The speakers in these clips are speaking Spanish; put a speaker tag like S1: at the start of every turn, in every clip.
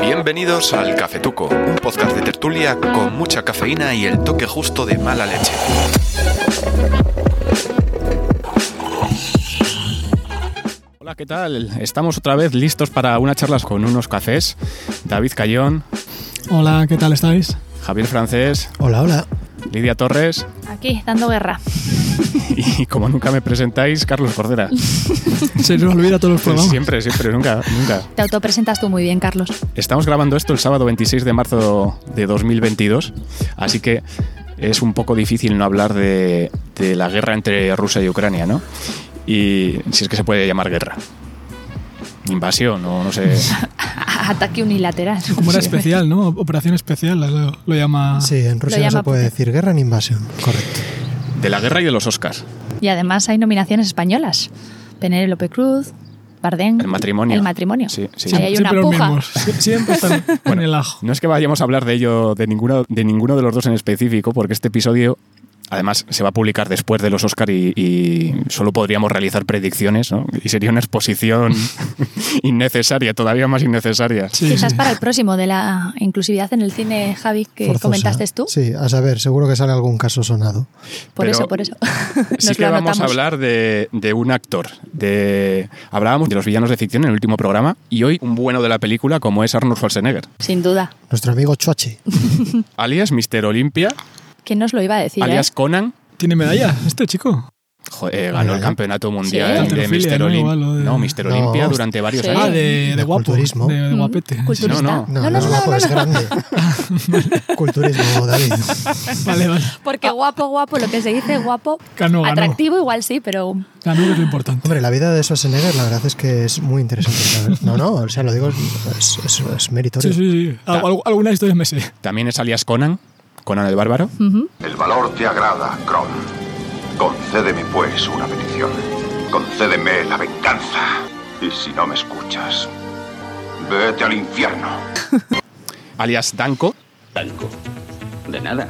S1: Bienvenidos al Cafetuco, un podcast de tertulia con mucha cafeína y el toque justo de mala leche.
S2: Hola, ¿qué tal? Estamos otra vez listos para unas charlas con unos cafés. David Cayón,
S3: Hola, ¿qué tal estáis?
S2: Javier Francés,
S3: Hola, hola.
S2: Lidia Torres
S4: Aquí, dando guerra.
S2: y, como nunca me presentáis, Carlos Cordera.
S3: Se nos olvida todos los programas.
S2: Pues Siempre, siempre, nunca, nunca.
S4: Te autopresentas tú muy bien, Carlos.
S2: Estamos grabando esto el sábado 26 de marzo de 2022, así que es un poco difícil no hablar de, de la guerra entre Rusia y Ucrania, ¿no? Y si es que se puede llamar guerra. Invasión, o no sé.
S4: Ataque unilateral.
S3: Como era especial, ¿no? Operación especial lo, lo llama.
S5: Sí, en Rusia no
S4: llama
S5: se puede
S4: Putin.
S5: decir guerra ni invasión, correcto.
S2: De la guerra y de los Oscars.
S4: Y además hay nominaciones españolas. Penélope Cruz, Bardem.
S2: El matrimonio.
S4: El matrimonio.
S2: Sí, sí.
S4: Ahí hay una
S3: siempre los
S4: puja.
S3: mismos. Sie- Siempre están en el ajo.
S2: No es que vayamos a hablar de ello, de ninguno, de ninguno de los dos en específico, porque este episodio, además, se va a publicar después de los Oscar y, y solo podríamos realizar predicciones, ¿no? Y sería una exposición innecesaria, todavía más innecesaria.
S3: Sí,
S4: Quizás
S3: sí.
S4: para el próximo de la inclusividad en el cine, Javi, que
S5: Forzosa.
S4: comentaste tú.
S5: Sí, a saber, seguro que sale algún caso sonado.
S4: Por
S2: Pero
S4: eso, por eso.
S2: Sí
S4: Nos
S2: que
S4: lo
S2: vamos a
S4: anotamos.
S2: hablar de, de un actor. De, hablábamos de los villanos de ficción en el último programa y hoy un bueno de la película como es Arnold Schwarzenegger,
S4: Sin duda.
S5: Nuestro amigo Chuachi.
S2: alias Mister Olimpia,
S4: ¿Quién nos lo iba a decir? eh?
S2: alias Conan.
S3: Tiene medalla este chico.
S2: Joder, ganó el
S5: Mira,
S2: campeonato mundial
S4: Sí.
S2: de
S3: Alterofilia,
S2: Mister
S3: ¿no?
S2: Olim-
S3: Igual, o de-
S2: No, Mister
S5: No.
S2: Olimpia durante varios
S4: Sí.
S2: años.
S3: Ah, de, de
S5: De
S3: guapo.
S5: culturismo.
S3: De, de
S4: Mm,
S3: guapete.
S4: Culturista.
S2: No, no.
S5: No,
S4: no,
S5: no,
S4: no,
S5: guapo
S4: no,
S5: es
S4: no.
S5: grande. Culturismo, David.
S3: Vale, vale.
S4: Porque guapo, guapo, lo que se dice guapo.
S3: Ganó, ganó.
S4: atractivo igual sí, pero
S3: Ganó, que es lo importante.
S5: Hombre, la vida de Schwarzenegger la verdad es que es muy interesante. saber. No, no, o sea, lo digo, es, es- es meritorio.
S3: Sí, sí, sí. Al- al- algunas historias me sé.
S2: También es alias Conan, Conan el Bárbaro.
S4: Mm.
S6: El valor te agrada, Kron. Concédeme, pues, una petición. Concédeme la venganza. Y si no me escuchas, vete al infierno.
S2: Alias Danko.
S7: Talco. De nada.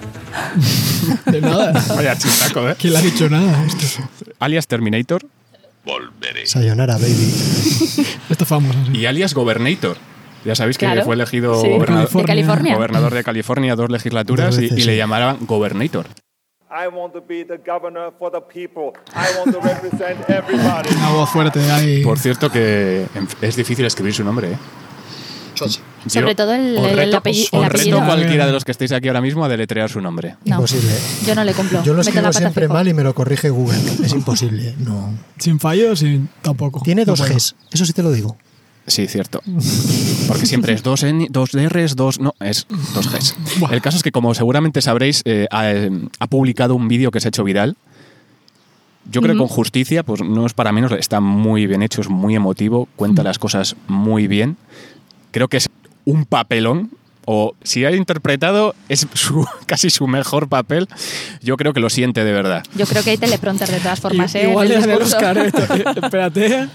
S3: De nada.
S2: Vaya chistaco, ¿eh?
S3: ¿Quién le ha dicho nada? Esto,
S2: Alias Terminator.
S7: Volveré.
S5: Sayonara, baby.
S3: esto es famoso. sí.
S2: Y alias Gobernator. Ya sabéis que
S4: Claro.
S2: fue elegido
S4: Sí.
S2: gobernador,
S4: de California.
S2: gobernador de California dos legislaturas
S5: Dos
S2: y-
S5: veces,
S2: y, le
S5: sí.
S2: llamaban Gobernator.
S8: I want to be the governor for the people. I want to represent everybody.
S3: Una voz fuerte ahí.
S2: Por cierto que en- es difícil escribir su nombre, ¿eh?
S4: Sobre todo el-
S2: os
S4: el- el
S2: reto-
S4: apelli- el
S2: os
S4: apellido.
S2: reto a cualquiera de los que estáis aquí ahora mismo a deletrear su nombre.
S4: no.
S5: Imposible.
S4: Yo no le cumplo.
S5: Yo lo
S4: Meto la
S5: escribo
S4: pata
S5: siempre
S4: fijo.
S5: mal y me lo corrige Google. Es imposible. No.
S3: Sin fallos y tampoco.
S5: Tiene
S3: No
S5: dos
S3: puedo.
S5: Gs, eso sí te lo digo.
S2: Sí, cierto. Porque siempre es dos, N, dos Rs, dos. No, es dos Gs.
S3: Buah.
S2: El caso es que, como seguramente sabréis, eh, ha, eh, ha publicado un vídeo que se ha hecho viral. Yo creo que con justicia, pues no es para menos, está muy bien hecho, es muy emotivo, cuenta las cosas muy bien. Creo que es un papelón, o si ha interpretado, es su- casi su mejor papel. Yo creo que lo siente de verdad.
S4: Yo creo que hay teleprompter de todas formas. ¿eh?
S3: Igual
S4: En
S3: le
S4: el
S3: dan el
S4: discurso.
S3: Oscar. eh. Espérate.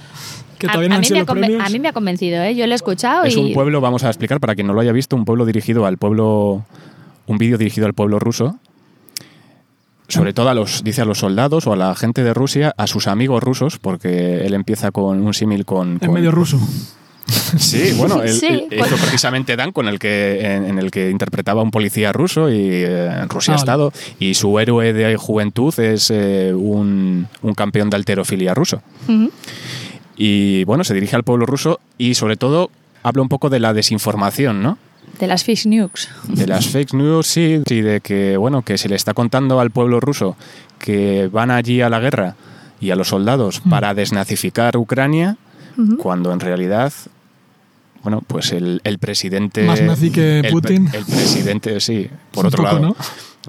S3: Que
S4: A,
S3: todavía no
S4: a
S3: han
S4: mí
S3: sido
S4: me ha
S3: los
S4: conven-
S3: premios.
S4: a mí me ha convencido, ¿eh? yo lo he escuchado
S2: Es
S4: y
S2: un pueblo, vamos a explicar para quien no lo haya visto, un pueblo dirigido al pueblo, un vídeo dirigido al pueblo ruso. Sobre todo a los, dice a los soldados o a la gente de Rusia, a sus amigos rusos, porque él empieza con un símil con,
S3: En
S2: con-
S3: medio ruso.
S2: Sí, bueno, él,
S4: Sí,
S2: él
S4: pues-
S2: hizo precisamente Dan con el que en, en el que interpretaba a un policía ruso y eh, Rusia
S3: Ah, vale.
S2: Estado y su héroe de juventud es eh, un, un campeón de alterofilia ruso. Y bueno, se dirige al pueblo ruso y sobre todo habla un poco de la desinformación, ¿no?
S4: de las fish nukes.
S2: de las fake news sí, y de que bueno que se le está contando al pueblo ruso que van allí a la guerra y a los soldados para desnazificar Ucrania cuando en realidad bueno pues el, el presidente
S3: Más nazi que
S2: el pre-
S3: Putin.
S2: el, presidente sí por
S3: Un
S2: otro
S3: poco,
S2: lado
S3: ¿no?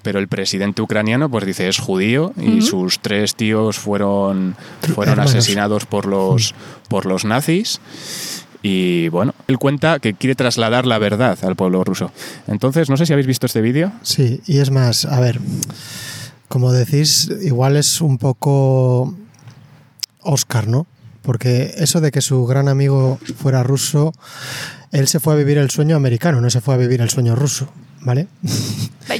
S2: pero el presidente ucraniano pues dice es judío y sus tres tíos fueron fueron
S5: Hermanos.
S2: asesinados por los por los nazis y bueno, él cuenta que quiere trasladar la verdad al pueblo ruso. Entonces, no sé si habéis visto este vídeo.
S5: Sí, y es más, a ver, como decís, igual es un poco Oscar, ¿no? Porque eso de que su gran amigo fuera ruso, él se fue a vivir el sueño americano, no se fue a vivir el sueño ruso. ¿vale?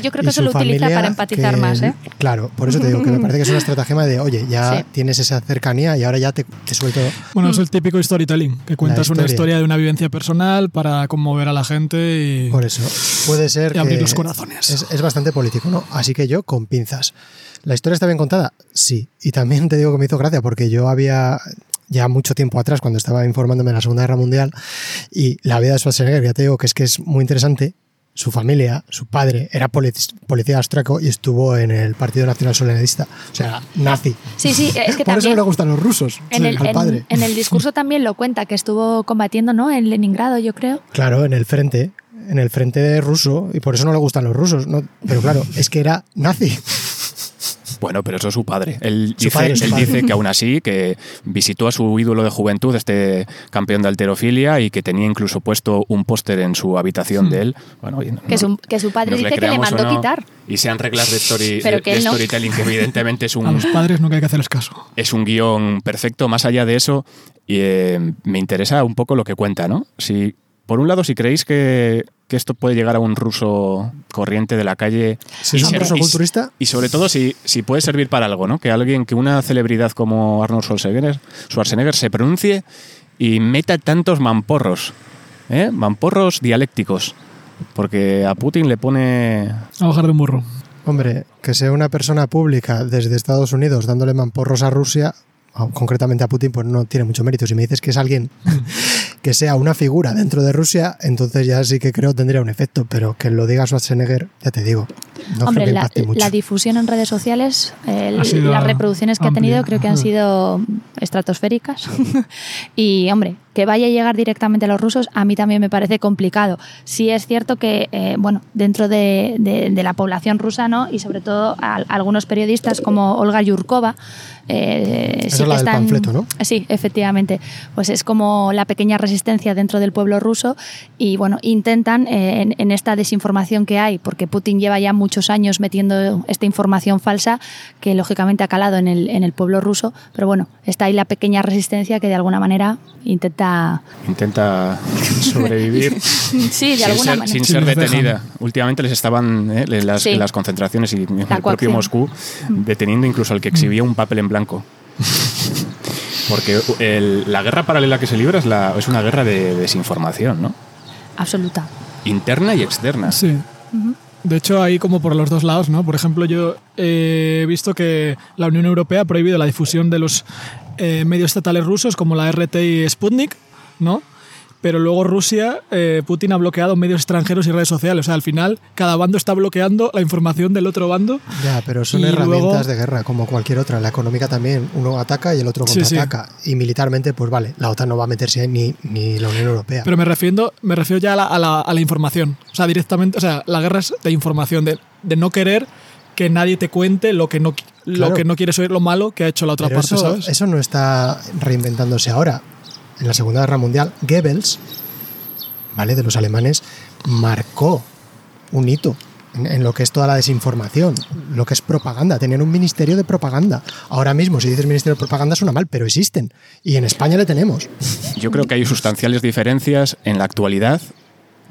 S4: Yo creo
S5: Y
S4: que eso
S5: su
S4: lo utiliza
S5: familia,
S4: para empatizar
S5: que-
S4: más, ¿eh?
S5: Claro, por eso te digo que me parece que es una estratagema de, oye, ya
S4: Sí.
S5: tienes esa cercanía y ahora ya te, te suelto.
S3: Bueno,
S4: Mm.
S3: es el típico storytelling, que cuentas una
S5: historia.
S3: historia de una vivencia personal para conmover a la gente y...
S5: Por eso, puede ser.
S3: Y abrir
S5: que
S3: los corazones.
S5: Es, es bastante político, ¿no? Así que yo con pinzas. ¿La historia está bien contada? Sí. Y también te digo que me hizo gracia porque yo había. Ya mucho tiempo atrás, cuando estaba informándome de la Segunda Guerra Mundial, y la vida de Schwarzenegger, que ya te digo que es que es muy interesante. Su familia, su padre, era polic- policía austriaco y estuvo en el Partido Nacional Soledadista. O sea, nazi.
S4: Sí, sí, es
S5: Por eso no
S4: que también...
S5: le gustan los rusos,
S4: En el,
S5: al
S4: en-
S5: padre.
S4: en el discurso también lo cuenta, que estuvo combatiendo, ¿no? En Leningrado, yo creo.
S5: Claro, en el frente, en el frente ruso, y por eso no le gustan los rusos, ¿no? Pero claro, es que era nazi.
S2: Bueno, pero eso es su padre. Él,
S5: Su
S2: dice,
S5: padre, su
S2: él
S5: padre.
S2: dice que aún así, que visitó a su ídolo de juventud, este campeón de alterofilia, y que tenía incluso puesto un póster en su habitación
S5: Hmm.
S2: de él. Bueno, oye, no-
S4: Que su- que su padre
S2: nos
S4: dice que le
S2: creamos o
S4: mandó quitar.
S2: Y sean reglas de, story-
S4: Pero
S2: de-
S4: que
S2: de
S4: él no.
S2: storytelling, que evidentemente es
S3: A
S2: un,
S3: los padres nunca hay que hacerles caso.
S2: es un guión perfecto. Más allá de eso, y, eh, me interesa un poco lo que cuenta, ¿no? Si, por un lado, si creéis que, que esto puede llegar a un ruso corriente de la calle
S5: Si es un
S2: ser-
S5: ruso
S2: y-
S5: culturista,
S2: y sobre todo si, si puede servir para algo, ¿no? Que alguien, que una celebridad como Arnold Schwarzenegger, Schwarzenegger se pronuncie y meta tantos mamporros, ¿eh? Mamporros dialécticos. Porque a Putin le pone...
S3: A bajar de un burro.
S5: hombre, que sea una persona pública desde Estados Unidos dándole mamporros a Rusia, o concretamente a Putin, pues no tiene mucho mérito. Si me dices que es alguien que sea una figura dentro de Rusia, entonces ya sí que creo tendría un efecto, pero que lo diga Schwarzenegger, ya te digo, no creo
S4: Hombre,
S5: que
S4: la,
S5: impacte mucho.
S4: la difusión en redes sociales, el-
S3: Ha sido
S4: las reproducciones que ha tenido
S3: amplia.
S4: creo que han
S5: Mm.
S3: Ajá.
S4: sido estratosféricas. y, hombre, que vaya a llegar directamente a los rusos a mí también me parece complicado. Sí es cierto que, eh, bueno, dentro de, de- de la población rusa, ¿no? Y sobre todo a- a algunos periodistas como Olga Yurkova,
S5: Esa
S4: eh, sí
S5: es
S4: que
S5: la del
S4: están-
S5: panfleto, ¿no?
S4: Sí, efectivamente. Pues es como la pequeña resistencia dentro del pueblo ruso y bueno, intentan eh, en, en esta desinformación que hay, porque Putin lleva ya muchos años metiendo esta información falsa que lógicamente ha calado en el, en el pueblo ruso, pero bueno, está ahí la pequeña resistencia que de alguna manera intenta...
S2: Intenta sobrevivir
S4: Sí, de
S2: sin,
S4: alguna
S2: ser,
S4: manera.
S2: sin
S3: Sí,
S2: ser
S3: les dejan.
S2: detenida. Últimamente les estaban ¿eh? en las,
S4: Sí.
S2: en las concentraciones y en el propio
S4: coacción.
S2: Moscú
S4: Mm.
S2: deteniendo incluso al que exhibía un papel en blanco. Porque uh, el- la guerra paralela que se libra es, la, es una guerra de desinformación, ¿no?
S4: Absoluta.
S2: Interna y externa.
S3: Sí. De hecho, hay como por los dos lados, ¿no? Por ejemplo, yo eh, he visto que la Unión Europea ha prohibido la difusión de los eh, medios estatales rusos como la RT y Sputnik, ¿no? Pero luego Rusia, eh, Putin ha bloqueado medios extranjeros y redes sociales. O sea, al final, cada bando está bloqueando la información del otro bando.
S5: Ya, pero son
S3: Y
S5: herramientas
S3: luego-
S5: de guerra, como cualquier otra. La económica también, uno ataca y el otro
S3: Sí, sí.
S5: contraataca. Y militarmente, pues vale, la OTAN no va a meterse ahí, ni, ni la Unión Europea.
S3: Pero me refiero, me refiero ya a la, a la- a la información. O sea, directamente, o sea, la guerra es de información, de, de no querer que nadie te cuente lo que no, qui-
S5: Claro.
S3: lo que no quieres oír, lo malo que ha hecho la otra
S5: Pero
S3: parte,
S5: eso,
S3: ¿sabes?
S5: eso no está reinventándose ahora. En la Segunda Guerra Mundial, Goebbels, ¿vale? De los alemanes, marcó un hito en, en lo que es toda la desinformación, lo que es propaganda. Tenían un ministerio de propaganda. Ahora mismo, si dices ministerio de propaganda, suena mal, pero existen. Y en España le tenemos.
S2: Yo creo que hay sustanciales diferencias en la actualidad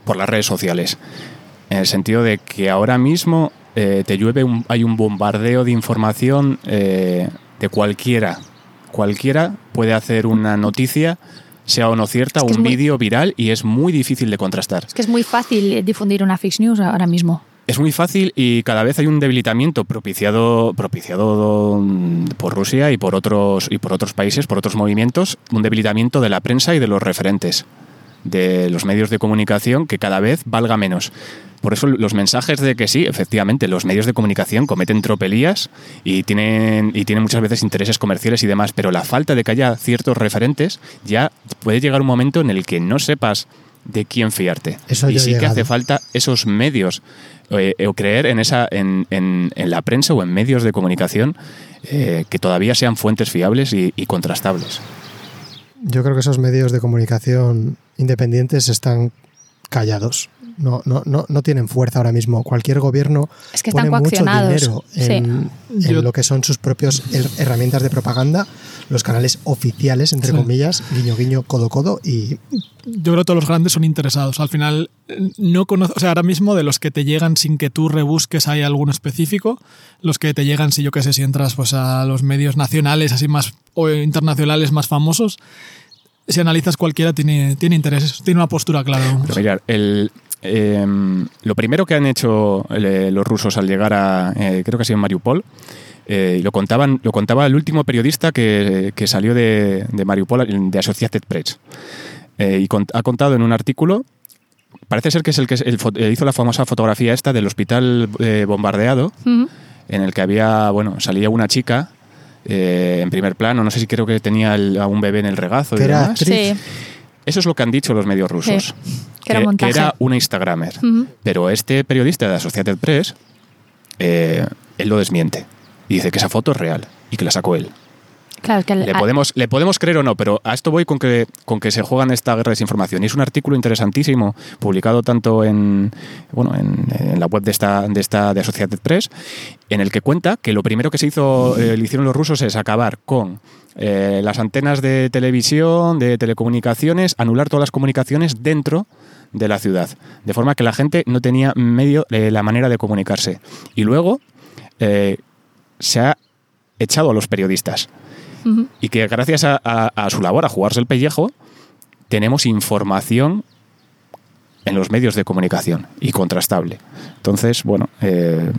S2: por las redes sociales. En el sentido de que ahora mismo eh, te llueve, un- hay un bombardeo de información eh, de cualquiera. Cualquiera puede hacer una noticia, sea o no cierta,
S4: Es que es
S2: un
S4: muy-
S2: vídeo viral y es muy difícil de contrastar.
S4: Es que es muy fácil eh, difundir una fake news ahora mismo.
S2: Es muy fácil y cada vez hay un debilitamiento propiciado, propiciado mm, por Rusia y por otros y por otros países, por otros movimientos, un debilitamiento de la prensa y de los referentes, de los medios de comunicación que cada vez valga menos. Por eso los mensajes de que sí, efectivamente, los medios de comunicación cometen tropelías y tienen, y tienen muchas veces intereses comerciales y demás, pero la falta de que haya ciertos referentes ya puede llegar un momento en el que no sepas de quién fiarte.
S5: Eso
S2: y
S5: ya ha
S2: sí que hace
S5: llegado.
S2: falta esos medios eh, o creer en esa en, en- en la prensa o en medios de comunicación eh, que todavía sean fuentes fiables y, y contrastables.
S5: Yo creo que esos medios de comunicación independientes están callados. No, no, no, no tienen fuerza ahora mismo. Cualquier gobierno
S4: Es que
S5: pone
S4: están
S5: mucho
S4: coaccionados,
S5: dinero en,
S3: sí.
S5: en
S3: Yo-
S5: lo que son sus propias her- herramientas de propaganda, los canales oficiales, entre
S3: Sí.
S5: comillas, guiño, guiño, codo, codo, y
S3: yo creo que todos los grandes son interesados. Al final, eh, no conozco, o sea, ahora mismo de los que te llegan sin que tú rebusques hay alguno específico, los que te llegan, si yo qué sé, si entras pues a los medios nacionales así más o internacionales más famosos, si analizas cualquiera tiene, tiene intereses, tiene una postura clara.
S5: Pues
S2: Pero mirar, el, em, lo primero que han hecho eh, los rusos al llegar a, eh, creo que ha sido en Mariupol, eh, y lo, contaban, lo contaba el último periodista que, que salió de, de Mariupol, de Associated Press, Eh, y cont- ha contado en un artículo, parece ser que es el que es- el fo- eh, hizo la famosa fotografía esta del hospital eh, bombardeado,
S4: Ujú.
S2: en el que había, bueno, salía una chica eh, en primer plano, no sé si creo que tenía el- a un bebé en el regazo.
S5: Que
S2: y
S5: era
S2: demás.
S5: actriz.
S4: Sí,
S2: Eso es lo que han dicho los medios rusos.
S4: Sí, que era montaje.
S2: Eh, era un Instagramer.
S4: Ujú.
S2: Pero este periodista de Associated Press, eh, él lo desmiente. Y dice que esa foto es real y que la sacó él.
S4: claro, es que el-
S2: Le podemos, le podemos creer o no, pero a esto voy con que, con que se juegan esta guerra de desinformación. Y es un artículo interesantísimo, publicado tanto en, bueno, en, en la web de esta, de esta de Associated Press, en el que cuenta que lo primero que se hizo, eh, le hicieron los rusos es acabar con eh, las antenas de televisión, de telecomunicaciones, anular todas las comunicaciones dentro de la ciudad, de forma que la gente no tenía medio eh, la manera de comunicarse. Y luego eh, se ha echado a los periodistas
S4: Ujú.
S2: y que gracias a, a- a su labor, a jugarse el pellejo, tenemos información en los medios de comunicación y contrastable. Entonces, bueno, eh,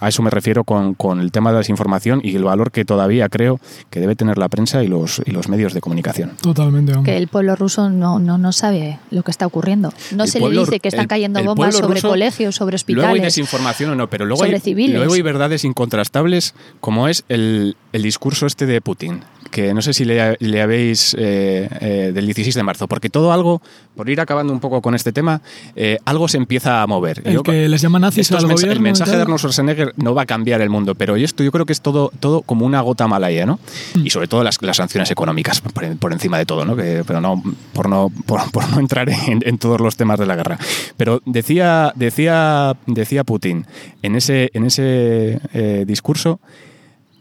S2: a eso me refiero con, con el tema de la desinformación y el valor que todavía creo que debe tener la prensa y los, y los medios de comunicación.
S3: Totalmente. vamos.
S4: que el pueblo ruso no, no, no sabe lo que está ocurriendo. No
S2: El
S4: se
S2: pueblo-
S4: le dice que están
S2: el-
S4: cayendo
S2: el
S4: bombas
S2: pueblo
S4: sobre
S2: ruso,
S4: colegios, sobre
S2: Luego hay
S4: hospitales.
S2: desinformación o no, pero luego,
S4: sobre
S2: hay,
S4: civiles.
S2: luego hay verdades incontrastables, como es el, el discurso este de Putin, que no sé si le, le habéis eh, eh, del 16 de marzo, porque todo algo, por ir acabando un poco con este tema, eh, algo se empieza a mover.
S3: El
S2: Yo-
S3: que les llama nazis
S2: estos
S3: al
S2: mens-
S3: gobierno.
S2: el mensaje
S3: y
S2: de
S3: tal.
S2: Arnold Schwarzenegger no va a cambiar el mundo, pero esto yo creo que es todo, todo como una gota malaya, ¿no?
S3: Mm.
S2: Y sobre todo las, las sanciones económicas por, en- por encima de todo, ¿no? Que- pero no por no, por, por no entrar en, en todos los temas de la guerra. Pero decía, decía, decía Putin en ese, en ese eh, discurso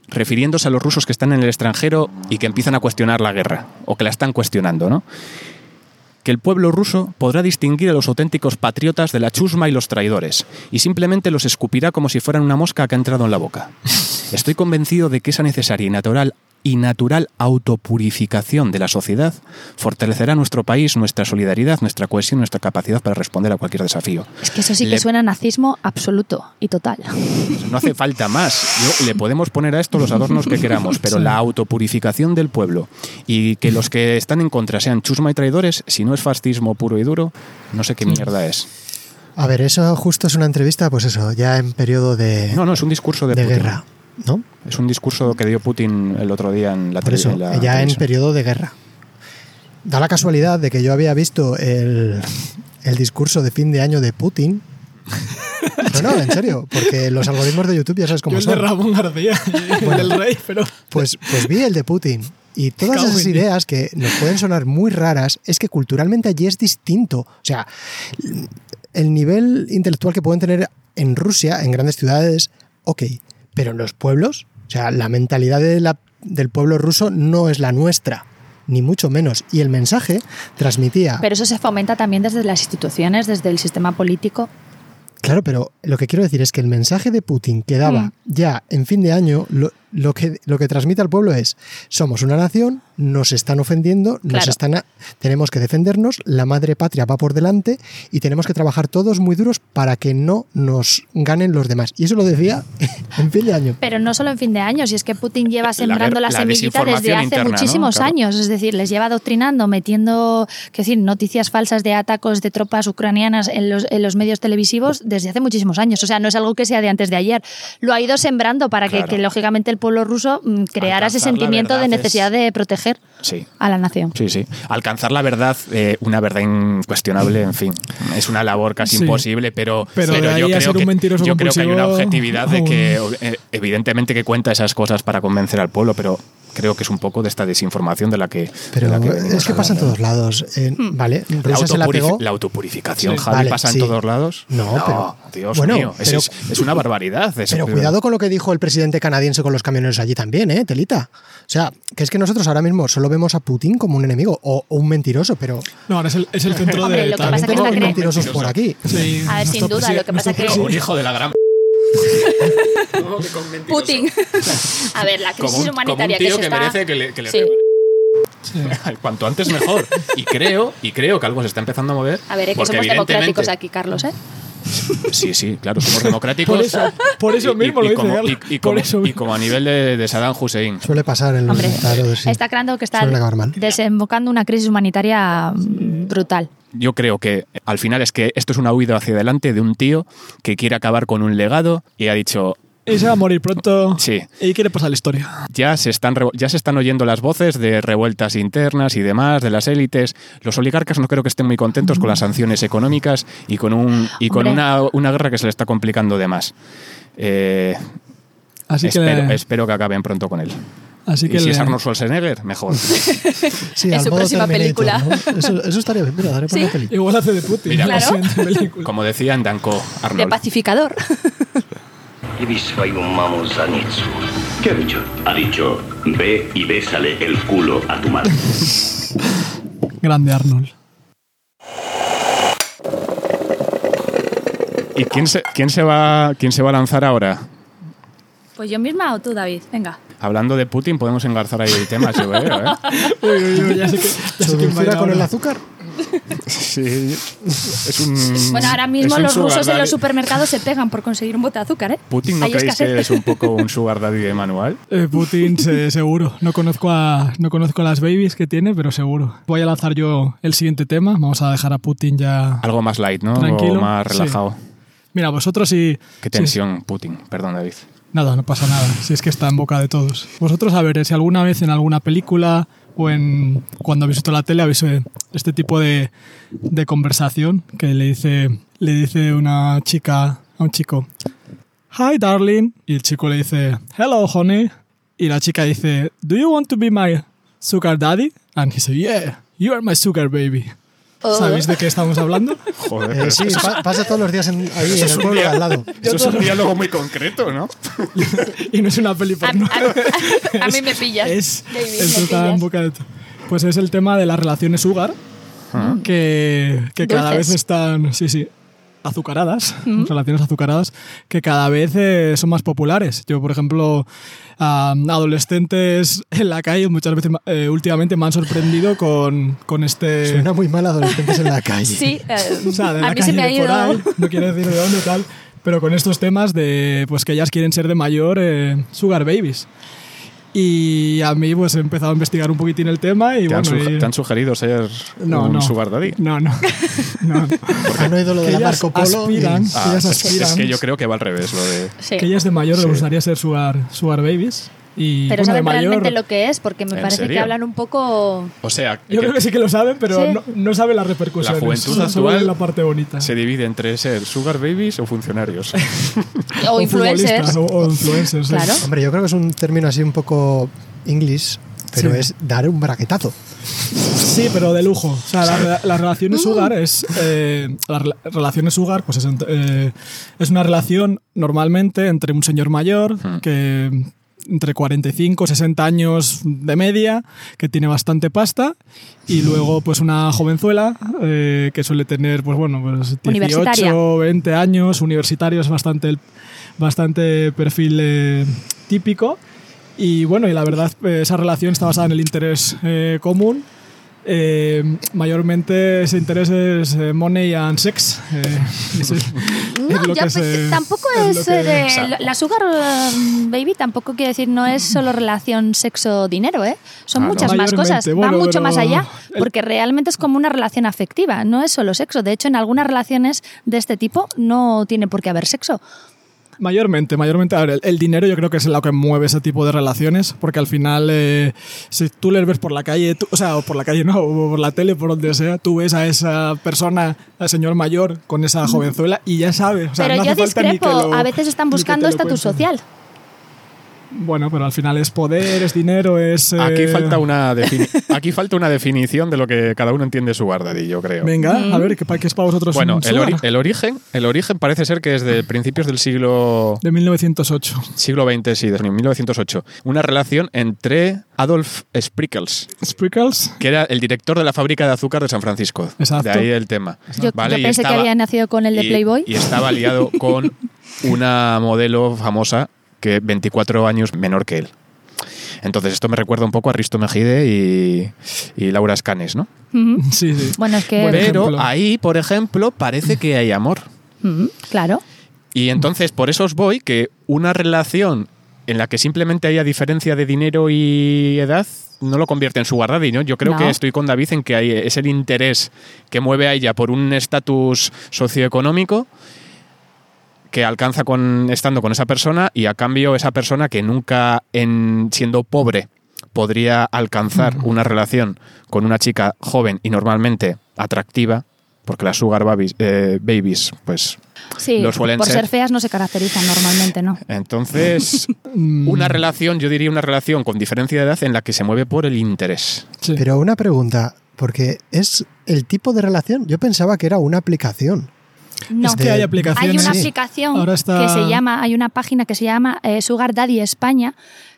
S2: refiriéndose a los rusos que están en el extranjero y que empiezan a cuestionar la guerra, o que la están cuestionando, ¿no? que el pueblo ruso podrá distinguir a los auténticos patriotas de la chusma y los traidores, y simplemente los escupirá como si fueran una mosca que ha entrado en la boca. Estoy convencido de que esa necesaria y natural y natural autopurificación de la sociedad fortalecerá nuestro país, nuestra solidaridad, nuestra cohesión, nuestra capacidad para responder a cualquier desafío.
S4: Es que eso sí que
S2: Le-
S4: suena a nazismo absoluto y total.
S2: No hace falta más. Yo- le podemos poner a esto los adornos que queramos, pero la autopurificación del pueblo y que los que están en contra sean chusma y traidores, si no es fascismo puro y duro, no sé qué mierda es.
S5: A ver, eso justo es una entrevista, pues eso, ya en periodo de,
S2: No, no, es un discurso de,
S5: de
S2: Putin.
S5: guerra, ¿no?
S2: Es un discurso que dio Putin el otro día en la
S5: Por
S2: tele-
S5: eso,
S2: en la
S5: ya en
S2: televisión.
S5: periodo de guerra. Da la casualidad de que yo había visto el, el discurso de fin de año de Putin. No, no, en serio, porque los algoritmos de YouTube ya sabes
S3: Yo
S5: cómo
S3: el de
S5: son.
S3: Ramón García, el del rey, pero
S5: Pues, pues vi el de Putin. Y todas
S3: Cago
S5: esas
S3: en diez.
S5: ideas que nos pueden sonar muy raras es que culturalmente allí es distinto. O sea, el nivel intelectual que pueden tener en Rusia, en grandes ciudades, ok, pero en los pueblos, o sea, la mentalidad de la- del pueblo ruso no es la nuestra, ni mucho menos. Y el mensaje transmitía.
S4: Pero eso se fomenta también desde las instituciones, desde el sistema político.
S5: Claro, pero lo que quiero decir es que el mensaje de Putin que daba
S4: Mm.
S5: ya en fin de año, lo, lo que, lo que transmite al pueblo es, somos una nación, nos están ofendiendo, nos
S4: Claro.
S5: están a- tenemos que defendernos, la madre patria va por delante y tenemos que trabajar todos muy duros para que no nos ganen los demás. Y eso lo decía en fin de año.
S4: Pero no solo en fin de año, si es que Putin lleva sembrando
S2: guer-
S4: la,
S2: la
S4: semillita desde
S2: desinformación
S4: hace
S2: interna, ¿no?
S4: muchísimos
S2: Claro.
S4: años. Es decir, les lleva adoctrinando, metiendo quiero decir, noticias falsas de atacos de tropas ucranianas en los, en los medios televisivos desde hace muchísimos años. O sea, no es algo que sea de antes de ayer. Lo ha ido sembrando para que-
S2: Claro.
S4: que, lógicamente, el pueblo ruso mm, creara ese
S2: Alcanzar la
S4: sentimiento de
S2: verdad es-
S4: necesidad de proteger
S2: Sí.
S4: a la nación.
S2: Sí, sí. Alcanzar la verdad, eh, una verdad incuestionable, en fin, es una labor casi
S3: Sí.
S2: imposible, pero,
S3: Pero de ahí a ser un mentiroso
S2: yo creo que hay una
S3: compulsivo, oh,
S2: objetividad de que, eh, evidentemente, que cuenta esas cosas para convencer al pueblo, pero creo que es un poco de esta desinformación de la que. de
S5: Pero
S2: la
S5: es
S2: venimos
S5: que pasa en
S2: hablando.
S5: todos lados. Eh,
S4: Hmm.
S5: Vale,
S2: La,
S5: Rusia se la
S2: autopurifi-
S5: pegó.
S2: la autopurificación,
S5: Sí.
S2: Javi,
S5: Vale,
S2: pasa
S5: sí.
S2: en todos lados.
S5: No, pero-
S2: Dios
S5: bueno,
S2: mío, es,
S5: pero-
S2: es- es una barbaridad. es-
S5: Pero cuidado con lo que dijo el presidente canadiense con los camioneros allí también, ¿eh, Telita? O sea, que es que nosotros ahora mismo solo vemos a Putin como un enemigo o, o un mentiroso, pero
S3: No, ahora es el, es el centro
S4: Hombre,
S3: de.
S4: lo que
S3: tal.
S4: pasa es que
S5: tenemos
S4: está cre-
S5: mentirosos por aquí.
S3: Sí,
S4: A ver, sin
S3: nuestro
S4: duda, lo que
S3: presi-
S4: pasa que
S2: Como un hijo de la gran.
S4: Putin. A ver, la crisis
S2: Como un, como un
S4: humanitaria
S2: tío
S4: que
S2: que,
S4: se está...
S2: merece que le, que le
S4: Sí.
S2: Cuanto antes mejor. Y creo, y creo que algo se está empezando a mover.
S4: A ver, es que
S2: porque
S4: somos democráticos
S2: evidentemente-
S4: aquí, Carlos, ¿eh?
S2: Sí, sí, claro, somos democráticos.
S3: Por eso- por eso mismo lo dice
S2: como,
S3: Gala.
S2: y- y
S3: Por
S2: como-
S3: eso
S2: y como a nivel de, de Saddam Hussein.
S5: Suele pasar en los
S4: Hombre,
S5: estados, sí.
S4: está claro que está
S5: Suele acabar mal.
S4: desembocando una crisis humanitaria mm, brutal.
S2: Yo creo que al final es que esto es una huida hacia adelante de un tío que quiere acabar con un legado y ha dicho,
S3: Ella va a morir pronto.
S2: Sí.
S3: Y quiere pasar la historia.
S2: ya se están revo- ya se están oyendo las voces de revueltas internas y demás de las élites. Los oligarcas no creo que estén muy contentos con las sanciones económicas y con un y con
S4: Hombre.
S2: una, una guerra que se le está complicando de más. Eh,
S3: Así
S2: espero,
S3: que.
S2: espero que acaben pronto con él.
S3: así que
S2: Y si
S3: le-
S2: es Arnold Schwarzenegger, mejor.
S5: Sí,
S4: en
S5: al
S4: su
S5: modo
S4: próxima
S5: Terminator,
S4: película.
S5: ¿no? Eso, eso estaría bien, mira, daré por una película.
S3: Igual hace de Putin.
S2: Mira,
S3: en la
S4: Claro.
S3: siguiente película.
S2: Como decía en Danko,
S4: De
S2: Arnold.
S4: pacificador.
S7: ¿Qué ha dicho?
S9: Ha dicho, ve y bésale el culo a tu madre.
S3: Grande Arnold.
S2: ¿Y quién se, quién, se va, quién se va a lanzar ahora?
S4: Pues yo misma o tú, David. Venga.
S2: Hablando de Putin, podemos engarzar ahí temas, yo veo, ¿eh?
S3: Uy, uy, uy, ya sé que. Ya sé quién va a ir
S5: ¿Seducirá con
S3: ahora.
S5: el azúcar?
S2: Sí. Es
S3: Mm,
S2: un,
S4: Bueno, ahora
S2: es
S4: mismo
S2: un
S4: los
S2: sugar
S4: rusos en los
S2: daddy.
S4: supermercados se pegan por conseguir un bote de azúcar, ¿eh?
S2: Putin, ¿no
S4: Hay
S2: creéis
S4: escasez.
S2: que es un poco un sugar daddy de manual?
S3: Eh, Putin, se- seguro. No conozco, a, no conozco a las babies que tiene, pero seguro. Voy a lanzar yo el siguiente tema. Vamos a dejar a Putin ya.
S2: Algo más light, ¿no?
S3: Tranquilo,
S2: O más
S3: sí.
S2: relajado.
S3: Mira, vosotros y.
S2: Qué tensión, Putin. Perdón, David.
S3: Nada, no pasa nada, si es que está en boca de todos. Vosotros, a ver, eh, si alguna vez en alguna película o en cuando habéis visto la tele habéis eh, este tipo de, de conversación que le dice, le dice una chica a un chico, Hi, darling, y el chico le dice, Hello, honey, y la chica dice, Do you want to be my sugar daddy? And he says, Yeah, you are my sugar baby.
S4: Oh.
S3: ¿Sabéis de qué estamos hablando?
S2: Joder,
S5: Eh, sí, pa- pasa todos los días en, ahí en el pueblo de al lado.
S2: eso es un diálogo muy concreto, ¿no?
S3: y no es una peli
S4: A,
S3: porno.
S4: a- a mí me pillas.
S3: es
S4: David,
S3: el
S4: me
S3: fruta en
S4: pillas.
S3: boca de to- Pues es el tema de las relaciones sugar, que, que cada
S4: Dulces.
S3: vez están, sí, sí, azucaradas, relaciones azucaradas, que cada vez eh, son más populares. Yo, por ejemplo, a adolescentes en la calle muchas veces eh, últimamente me han sorprendido con, con este...
S5: Suena muy mal adolescentes en la calle.
S4: Sí, eh,
S3: O sea, de la
S4: a mí se
S3: calle
S4: me ha
S3: de
S4: ido.
S3: por ahí, no quiero decir de dónde tal, pero con estos temas de pues que ellas quieren ser de mayor eh, sugar babies. Y a mí pues he empezado a investigar un poquitín el tema y
S2: ¿Te, han
S3: bueno,
S2: suge-
S3: y-
S2: te han sugerido ser
S3: no,
S2: un
S3: no.
S2: sugar daddy?
S3: No, no. no.
S5: Porque no he ido lo
S3: Que
S5: de la
S3: ellas
S5: Marco Polo.
S3: aspiran,
S5: y-
S3: ellas
S2: Ah, es,
S3: aspiran.
S2: es que yo creo que va al revés lo de...
S4: Sí.
S3: que ellas de mayor les gustaría ser sugar, sugar babies. Y bueno,
S4: Pero
S3: de
S4: saben
S3: mayor,
S4: realmente lo que es, porque me
S2: ¿En
S4: parece que
S2: serio?
S4: hablan un poco.
S2: O sea,
S3: Yo
S2: que
S3: creo que sí que lo saben, pero
S4: Sí.
S3: no, no saben las repercusiones.
S2: La juventud
S3: Solo
S2: actual
S3: saben la parte bonita.
S2: se divide entre ser sugar babies o funcionarios.
S3: futbolistas,
S4: O influencers.
S3: O, o influencers. sí.
S4: Claro.
S5: Hombre, yo creo que es un término así un poco inglés, pero
S3: Sí.
S5: es dar un braquetazo.
S3: Sí, pero de lujo. O sea, la re- las relaciones sugar es. eh, las rela- relaciones sugar, pues es, ent- eh, es una relación normalmente entre un señor mayor que entre 45 60 años de media, que tiene bastante pasta, y luego pues una jovenzuela eh, que suele tener pues bueno, pues 18,
S4: Universitaria.
S3: 20 años, universitario es bastante, el- bastante perfil eh, típico. Y bueno, y la verdad, eh, esa relación está basada en el interés eh, común. Eh, mayormente ese interés es eh, money and sex. eh, es- es
S4: No,
S3: lo
S4: ya,
S3: que
S4: pues,
S3: se-
S4: tampoco
S3: es
S4: es.
S3: lo que-
S4: eh, lo- la Sugar eh, Baby tampoco quiere decir no es solo relación sexo-dinero, ¿eh? Son
S2: Claro.
S4: muchas más
S3: Mayormente,
S4: cosas. Va
S3: bueno,
S4: mucho
S3: pero-
S4: más allá, porque realmente es como una relación afectiva, no es solo sexo. De hecho, en algunas relaciones de este tipo no tiene por qué haber sexo.
S3: Mayormente, mayormente. A ver, el, el dinero yo creo que es lo que mueve ese tipo de relaciones, porque al final, eh, si tú les ves por la calle, tú- o sea, o por la calle no, o por la tele, por donde sea, tú ves a esa persona, al señor mayor, con esa jovenzuela y ya sabes. O sea,
S4: Pero
S3: no
S4: yo
S3: hace falta ni que
S4: discrepo,
S3: lo-
S4: a veces están
S3: ni que te
S4: buscando
S3: lo
S4: estatus
S3: cuenten.
S4: social.
S3: Bueno, pero al final es poder, es dinero, es. eh,
S2: Aquí falta, una defini- aquí falta una definición de lo que cada uno entiende sugar daddy, yo creo.
S3: Venga, a ver, ¿qué, pa- qué es para vosotros?
S2: Bueno,
S3: un
S2: el, ori-
S3: sugar?
S2: el origen, el origen parece ser que es de principios del siglo
S3: De 1908.
S2: siglo XX, sí, de 1908, una relación entre Adolf Sprickles,
S3: Sprinkles.
S2: que era el director de la fábrica de azúcar de San Francisco.
S3: Exacto.
S2: De ahí el tema.
S4: Yo,
S2: Vale,
S4: yo
S2: y
S4: pensé que
S2: estaba-
S4: había nacido con el de
S2: y-
S4: Playboy.
S2: Y estaba aliado con una modelo famosa que 24 años menor que él. Entonces, esto me recuerda un poco a Risto Mejide y, y Laura Escanes, ¿no?
S4: Ujú.
S3: Sí, sí.
S4: Bueno, es que.
S3: Por
S2: Pero
S3: ejemplo.
S2: ahí, por ejemplo, parece que hay amor.
S4: Ujú, claro.
S2: Y entonces, por eso os voy que una relación en la que simplemente haya diferencia de dinero y edad no lo convierte en su daddy, ¿no? Yo creo
S4: No.
S2: que estoy con David en que hay, es el interés que mueve a ella por un estatus socioeconómico que alcanza con estando con esa persona y a cambio esa persona que nunca en siendo pobre podría alcanzar una relación con una chica joven y normalmente atractiva porque las sugar babies, eh, babies pues
S4: Sí,
S2: Lo suelen
S4: por
S2: ser.
S4: ser feas no se caracterizan normalmente, ¿no?
S2: entonces,
S3: Mm,
S2: una relación, yo diría una relación con diferencia de edad en la que se mueve por el interés.
S3: Sí.
S5: Pero una pregunta, porque es el tipo de relación. Yo pensaba que era una aplicación.
S4: No.
S5: Es
S3: que
S2: Este,
S3: hay aplicaciones.
S4: Hay una
S5: Sí.
S4: aplicación
S3: Ahora está-
S4: que se llama, hay una página que se llama eh, Sugar Daddy España,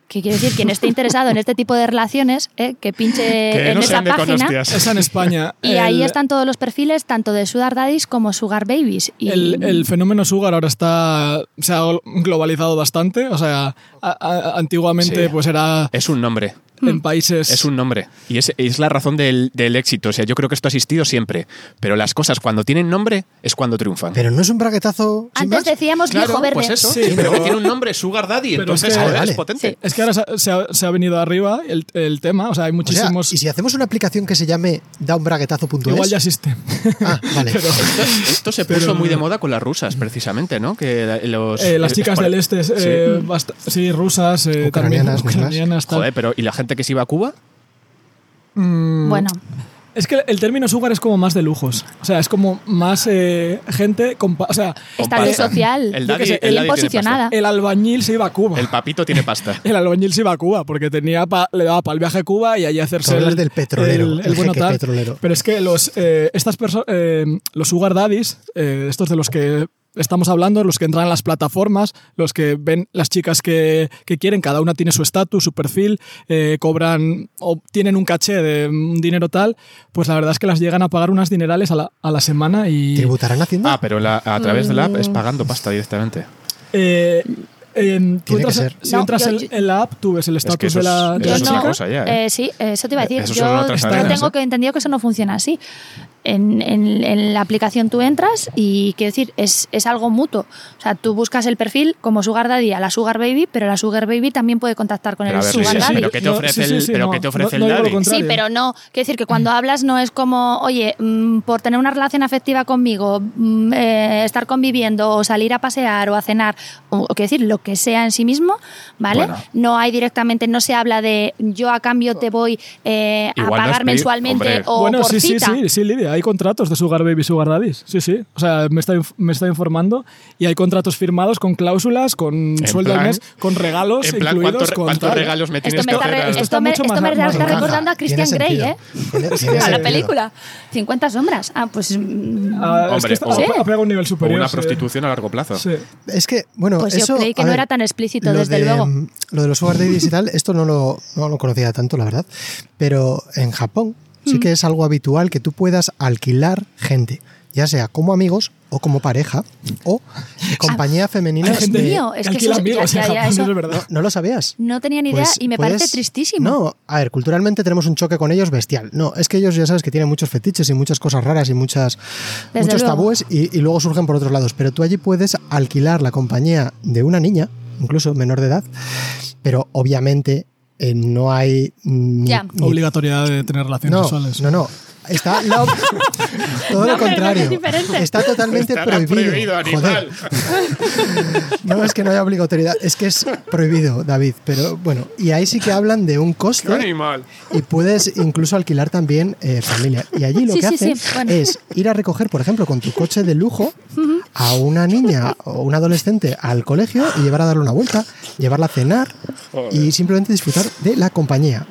S4: que quiere decir quien esté interesado en este tipo de relaciones, eh, que pinche en esa página.
S3: Esa en España.
S4: Y ahí
S3: El-
S4: están todos los perfiles, tanto de Sugar Daddies como Sugar Babies. Y
S3: El, el fenómeno sugar ahora está se ha gol- globalizado bastante. O sea, a- a- antiguamente
S2: Sí.
S3: pues era
S2: Es un nombre,
S3: en países.
S2: es un nombre. Y es, es la razón del, del éxito. O sea, yo creo que esto ha existido siempre. Pero las cosas cuando tienen nombre es cuando triunfan.
S5: Pero no es un braguetazo. sin
S4: Antes
S5: más?
S4: decíamos viejo verde.
S2: pues eso.
S3: Sí,
S2: pero
S3: pero-
S2: tiene un nombre, Sugar Daddy,
S3: Pero
S2: entonces
S3: es que-
S2: joder,
S5: Vale.
S2: es potente.
S4: Sí.
S3: Es que ahora se ha, se ha- se ha venido arriba el, el tema. O sea, hay
S5: O sea,
S3: muchísimos.
S5: y si hacemos una aplicación que se llame daunbraguetazo.es.
S3: igual ya existe.
S5: Ah, vale.
S2: Esto, esto se puso muy de moda con las rusas, precisamente, ¿no? Que la- los,
S3: Eh, las
S2: es-
S3: chicas
S2: por-
S3: del este,
S2: Pues, Sí.
S3: eh, bast- sí. rusas, eh, también
S5: Ucranianas, mismas.
S3: ucranianas. tal.
S2: Joder, pero ¿y la gente que se iba a Cuba?
S4: Bueno,
S3: Es que el término sugar es como más de lujos. O sea, es como más eh, gente. con pa- o sea,
S4: estatus
S2: Comparsa.
S4: social,
S2: El
S3: Yo
S2: daddy,
S3: que sé,
S2: el daddy
S3: bien
S2: tiene pasta.
S4: posicionada.
S3: el albañil se iba a Cuba.
S2: Oh. El papito tiene pasta.
S3: El albañil se iba a Cuba porque tenía pa- le daba para el viaje a Cuba y allí hacerse.
S5: Tú hablas del petrolero, el jeque petrolero.
S3: Pero es que los, eh, estas perso- eh, los sugar daddies, eh, estos de los que estamos hablando, los que entran en las plataformas, los que ven las chicas que, que quieren, cada una tiene su estatus, su perfil, eh, cobran o tienen un caché de un dinero tal, pues la verdad es que las llegan a pagar unas dinerales a la, a la semana y...
S5: ¿Tributarán haciendo?
S2: Ah, pero la- a través de la app es
S4: Mm.
S2: pagando pasta directamente.
S3: Eh, em, tú
S5: Tiene que
S3: entras-
S5: ser.
S3: Si
S4: No,
S2: entras
S3: entras
S4: yo-
S3: en,
S4: yo-
S3: en la app, tú ves el estatus
S2: eso
S3: de la...
S2: es-
S3: de
S4: Yo
S2: eso
S3: la
S2: es
S4: no,
S2: otra
S3: chica.
S2: cosa ya, ¿eh?
S4: eh, sí, eso te iba a decir.
S2: Eso
S4: yo
S2: son otras
S4: yo
S2: arenas,
S4: tengo
S2: ¿eh?
S4: que entendido que eso no funciona así. En, en- en la aplicación tú entras y quiero decir, es, es algo mutuo. O sea, tú buscas el perfil como Sugar Daddy a la Sugar Baby, pero la Sugar Baby también puede contactar con
S2: Pero
S4: el
S2: a ver,
S4: Sugar
S2: sí, sí,
S4: Daddy.
S2: pero ¿qué te
S3: No,
S2: ofrece
S3: sí, sí,
S2: el-
S3: sí,
S2: pero
S3: no,
S2: qué te ofrece
S3: no, no
S2: el
S3: digo lo
S2: daddy?
S3: contrario.
S4: Sí, pero no. Quiero decir que cuando hablas no es como, oye, mm, por tener una relación afectiva conmigo, mm, eh, estar conviviendo o salir a pasear o a cenar, o, o quiero decir, lo que sea en sí mismo, ¿vale?
S2: Bueno.
S4: No hay directamente, no se habla de yo a cambio te voy eh, a
S2: Igual no es
S4: pagar
S2: pedir-
S4: mensualmente
S2: hombre.
S4: o
S3: bueno,
S4: por
S3: sí,
S4: cita.
S3: sí, sí, sí, Lidia, hay contratos de Sugar Baby y Sugar Daddies. Sí, sí. O sea, me está, inf- me está informando y hay contratos firmados con cláusulas, con
S2: En
S3: sueldo al
S2: plan-
S3: mes, con regalos
S2: En plan,
S3: incluidos.
S2: ¿cuántos
S3: con tal.
S2: regalos me
S4: Esto
S2: tienes
S4: me
S2: que
S4: está, re-
S2: hacer?
S3: Esto
S4: esto
S3: está
S4: me-
S3: mucho
S4: esto
S3: más-
S4: me
S3: más
S4: está
S3: encaja.
S4: recordando a
S5: Tiene
S4: Christian Grey,
S5: sentido.
S4: ¿eh?
S5: Tiene- tiene
S4: A la
S5: sentido.
S4: película. 50 sombras. Ah, pues. mm,
S3: Ah, es
S2: Hombre,
S3: que está-
S2: o-
S3: ha pe- ha pegado un nivel
S2: O
S3: superior.
S2: una
S3: sí.
S2: prostitución a largo plazo.
S3: Sí.
S5: Es que, bueno,
S4: Pues yo
S5: eso,
S4: creí que
S5: a
S4: no
S5: ver,
S4: era tan explícito,
S5: lo
S4: desde
S5: de,
S4: luego.
S5: mm, Lo de los sugar daddies y tal, esto no lo, no lo conocía tanto, la verdad. Pero en Japón
S4: Mm.
S5: sí que es algo habitual que tú puedas alquilar gente, ya sea como amigos o como pareja o
S4: Ah,
S5: compañía femenina.
S3: Hay
S4: Dios
S3: gente
S4: mío, es que
S3: alquila
S4: eso-
S3: amigos
S4: ya-
S3: en
S4: ya- ya
S3: Japón,
S4: eso-
S3: es verdad.
S5: ¿No lo sabías?
S4: No tenía ni idea
S5: Pues
S4: y me parece
S5: puedes-
S4: tristísimo.
S5: No, a ver, culturalmente tenemos un choque con ellos bestial. No, es que ellos ya sabes que tienen muchos fetiches y muchas cosas raras y muchas,
S4: Desde
S5: muchos
S4: luego.
S5: tabúes y, y luego surgen por otros lados. Pero tú allí puedes alquilar la compañía de una niña, incluso menor de edad, pero obviamente eh, no hay... mm,
S4: Ya.
S5: ni-
S3: Obligatoriedad de tener relaciones
S5: no,
S3: sexuales.
S5: no, no. Está la op- todo
S4: No, pero no
S5: lo
S4: es
S5: contrario.
S4: diferente.
S5: Está totalmente
S2: Estará
S5: prohibido.
S2: prohibido, animal.
S5: Joder. No es que no haya obligatoriedad, es que es prohibido, David. Pero bueno, y ahí sí que hablan de un coste.
S2: Animal.
S5: Y puedes incluso alquilar también eh, familia. Y allí lo
S4: Sí,
S5: que
S4: sí,
S5: hacen
S4: sí, bueno.
S5: es ir a recoger, por ejemplo, con tu coche de lujo a una niña o un adolescente al colegio y llevar a darle una vuelta, llevarla a cenar y simplemente disfrutar de la compañía.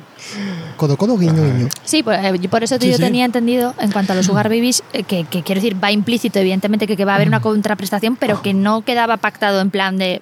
S5: Codo, codo, guiño, guiño.
S4: Sí, por, eh, yo por eso
S3: Sí,
S4: yo
S3: sí.
S4: tenía entendido en cuanto a los sugar babies, eh, que, que quiero decir, va implícito, evidentemente, que, que va a haber una contraprestación, pero que no quedaba pactado en plan de...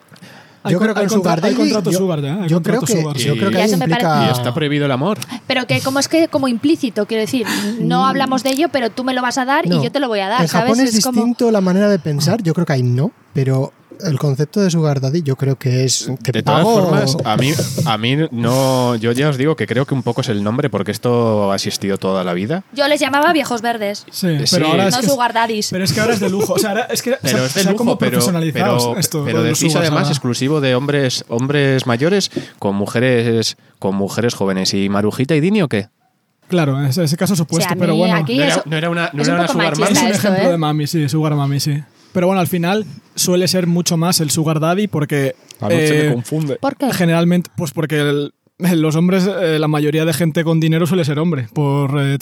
S3: Hay
S5: Yo
S3: con-
S5: creo que
S3: hay
S5: el
S3: contra-
S5: sugar
S3: hay
S5: daddy-
S3: contrato
S5: yo-
S3: sugar ya, ¿eh? Hay
S5: Yo creo
S3: contrato
S5: que
S3: sugar.
S5: yo creo que
S4: Ya
S5: ahí
S4: se me
S5: implica
S4: parece-
S2: Y está prohibido el amor.
S4: Pero que como es que como implícito, quiero decir,
S3: Mm.
S4: no hablamos de ello, pero tú me lo vas a dar
S5: No.
S4: y yo te lo voy a dar,
S5: En
S4: ¿sabes?
S5: Japón es,
S4: Es como-
S5: distinto la manera de pensar, yo creo que ahí no, pero el concepto de sugar daddy yo creo que es te
S2: De todas
S5: pago-
S2: formas, a mí, a mí no. Yo ya os digo que creo que un poco es el nombre porque esto ha existido toda la vida.
S4: Yo les llamaba viejos verdes.
S3: Sí,
S2: Eh, sí.
S3: pero ahora es
S4: No
S3: que,
S4: sugar daddies.
S3: Pero es que ahora es de lujo. O sea, ahora es que se
S2: Pero
S3: ha-
S2: es de
S3: se ha
S2: lujo,
S3: como
S2: pero,
S3: profesionalizado
S2: pero,
S3: esto,
S2: pero
S3: lo de
S2: de
S3: los
S2: Sisa,
S3: sugars
S2: además
S3: ahora.
S2: exclusivo de hombres hombres mayores con mujeres con mujeres jóvenes. ¿Y Marujita y Dini o qué?
S3: Claro, ese, ese caso es
S4: O sea,
S3: opuesto,
S4: a
S3: pero
S4: mí
S3: bueno.
S4: aquí
S2: No
S4: es-
S2: era- no era una- no
S4: es
S2: era
S4: un
S2: una
S4: poco
S2: sugar
S4: machista
S2: mami.
S3: es un
S4: esto,
S3: ejemplo
S4: ¿eh?
S3: de mami, sí, sugar mami, sí. Pero bueno, al final suele ser mucho más el sugar daddy porque eh,
S2: confunde.
S4: ¿Por qué?
S3: generalmente, pues porque el- los hombres, eh, la mayoría de gente con dinero suele ser hombre, por eh,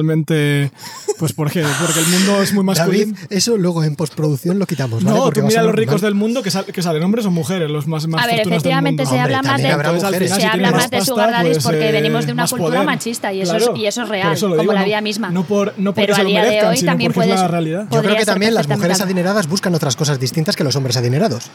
S3: tradicionalmente, pues porque, porque el mundo es muy
S5: David,
S3: masculino.
S5: eso luego en postproducción lo quitamos. Pues ¿vale?
S3: no,
S5: Porque
S3: tú
S5: va a
S3: mira a
S5: ser
S3: los ricos
S5: normal.
S3: del mundo que, sal- que salen hombres o mujeres, los más, más
S4: A ver,
S3: fortunados del
S4: efectivamente
S3: mundo.
S4: se
S5: Hombre,
S4: habla más
S5: también
S4: de...
S5: habrá
S3: Entonces, al
S5: mujeres.
S3: final,
S4: se
S3: si
S4: habla
S3: tienes
S4: más
S3: más
S4: de
S3: pasta,
S4: sugar daddies
S3: pues,
S4: porque
S3: eh,
S4: venimos de una
S3: más
S4: cultura
S3: poder.
S4: machista y eso,
S3: Claro,
S4: es, y eso es
S3: por
S4: real,
S3: eso lo
S4: como
S3: digo,
S4: la
S3: no-
S4: vida misma.
S3: no por- no porque
S4: pero
S3: se
S4: a
S3: lo
S4: día de
S3: merezcan,
S4: hoy
S3: sino
S4: también
S3: porque es
S4: puedes...
S3: la realidad. Yo
S5: Yo creo
S4: podría
S5: que
S4: ser
S5: también las mujeres
S4: perfectamente-
S5: adineradas buscan otras cosas distintas que los hombres adinerados.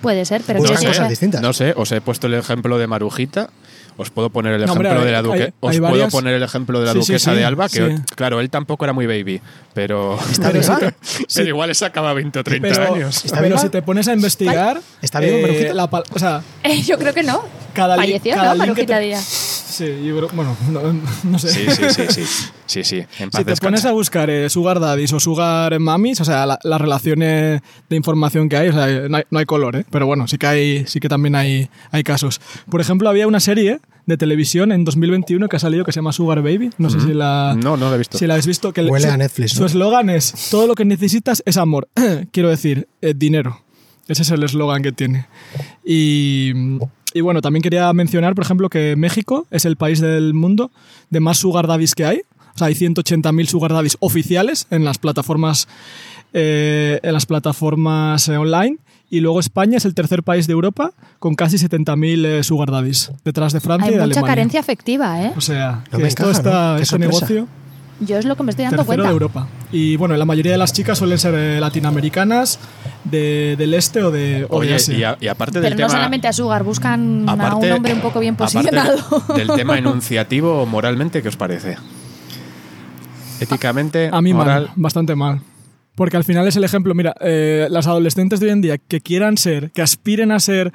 S4: Puede ser, pero
S3: Pues
S5: Buscan
S4: quiero decir,
S5: cosas
S4: o sea,
S5: distintas.
S2: No sé, os he puesto el ejemplo de Marujita. Os puedo poner el
S3: No, hombre,
S2: ejemplo de la
S3: hay-
S2: duquesa.
S3: hay-
S2: Os
S3: hay
S2: puedo
S3: varias.
S2: poner el ejemplo de la
S3: Sí, sí,
S2: duquesa
S3: sí,
S2: de Alba, que
S3: sí.
S2: claro, él tampoco era muy baby, pero
S5: Está
S3: Pero
S5: viva.
S3: sí
S2: pero igual se acaba 20 o 30
S3: Pero,
S2: años.
S5: ¿Está
S3: pero
S5: viva?
S3: si te pones a investigar, eh,
S5: ¿Está viva, Marujita?
S3: la pal- o sea,
S4: yo creo que no.
S3: Cada li-
S4: Falleció,
S3: cada
S4: ¿no?
S3: link que
S4: Marujita
S3: te-
S4: Díaz.
S3: sí, yo creo, bueno, no, no sé.
S2: Sí, sí, sí, sí. Sí, sí. En paz
S3: Si te pones
S2: descansa.
S3: a buscar eh, sugar daddies o sugar mamis, o sea, la- las relaciones de información que hay, o sea, no hay, no hay color, ¿eh? Pero bueno, sí que, hay, sí que también hay, hay casos. Por ejemplo, había una serie de televisión en 2021 que ha salido que se llama Sugar Baby. No sé si la...
S2: Mm. No, no lo he visto.
S3: Si la habéis visto, que el-
S5: Huele
S3: su-
S5: a Netflix, ¿no?
S3: Su eslogan es: todo lo que necesitas es amor. Quiero decir, eh, dinero. Ese es el eslogan que tiene. Y, y bueno, también quería mencionar, por ejemplo, que México es el país del mundo de más sugar daddies que hay. O sea, hay 180.000 sugar daddies oficiales en las plataformas, eh, en las plataformas eh, online. Y luego España es el tercer país de Europa con casi 70.000 eh, sugar daddies, detrás de Francia
S4: Hay
S3: y de
S4: mucha
S3: Alemania. Pues
S4: carencia afectiva, ¿eh?
S3: O sea,
S5: No
S3: que
S5: me
S3: esto
S5: encaja,
S3: está,
S5: ¿no? Qué
S3: este
S5: sorpresa.
S3: negocio
S4: Yo es lo que me estoy dando
S3: tercero
S4: cuenta.
S3: de Europa. Y bueno, la mayoría de las chicas suelen ser eh, latinoamericanas, de- del este o de, o de
S2: Oye,
S3: Asia.
S2: y, a- y aparte
S4: Pero
S2: del
S4: no
S2: tema.
S4: solamente a Sugar, buscan a
S2: aparte-
S4: un hombre un poco bien
S2: aparte
S4: posicionado.
S2: Del tema enunciativo moralmente, ¿qué os parece? Éticamente,
S3: A mí
S2: moral.
S3: mal, bastante mal. Porque al final es el ejemplo, mira, eh, las adolescentes de hoy en día que quieran ser, que aspiren a ser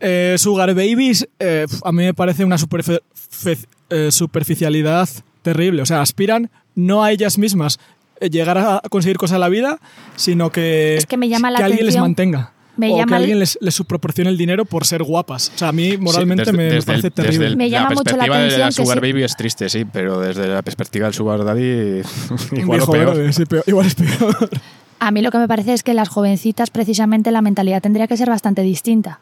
S3: eh, sugar babies, eh, pf, a mí me parece una superfe- fe- eh, superficialidad terrible. O sea, aspiran no a ellas mismas eh, llegar a conseguir cosas en la vida, sino que,
S4: Es que me llama la
S3: alguien les
S4: atención-
S3: mantenga.
S4: me
S3: o que
S4: llama el-
S3: alguien les, les proporcione el dinero por ser guapas. O sea, a mí moralmente
S2: Sí,
S3: me, me
S2: desde- desde el-
S3: parece terrible.
S2: desde el-
S4: Me llama
S2: la
S4: mucho la
S2: perspectiva de la
S4: atención que
S2: Sugar
S4: sí.
S2: Baby es triste, sí, pero desde la perspectiva del Sugar Daddy, igual o
S3: Viejo eh,
S2: peor.
S3: verde, sí, peor- Igual es peor.
S4: A mí lo que me parece es que las jovencitas, precisamente, la mentalidad tendría que ser bastante distinta.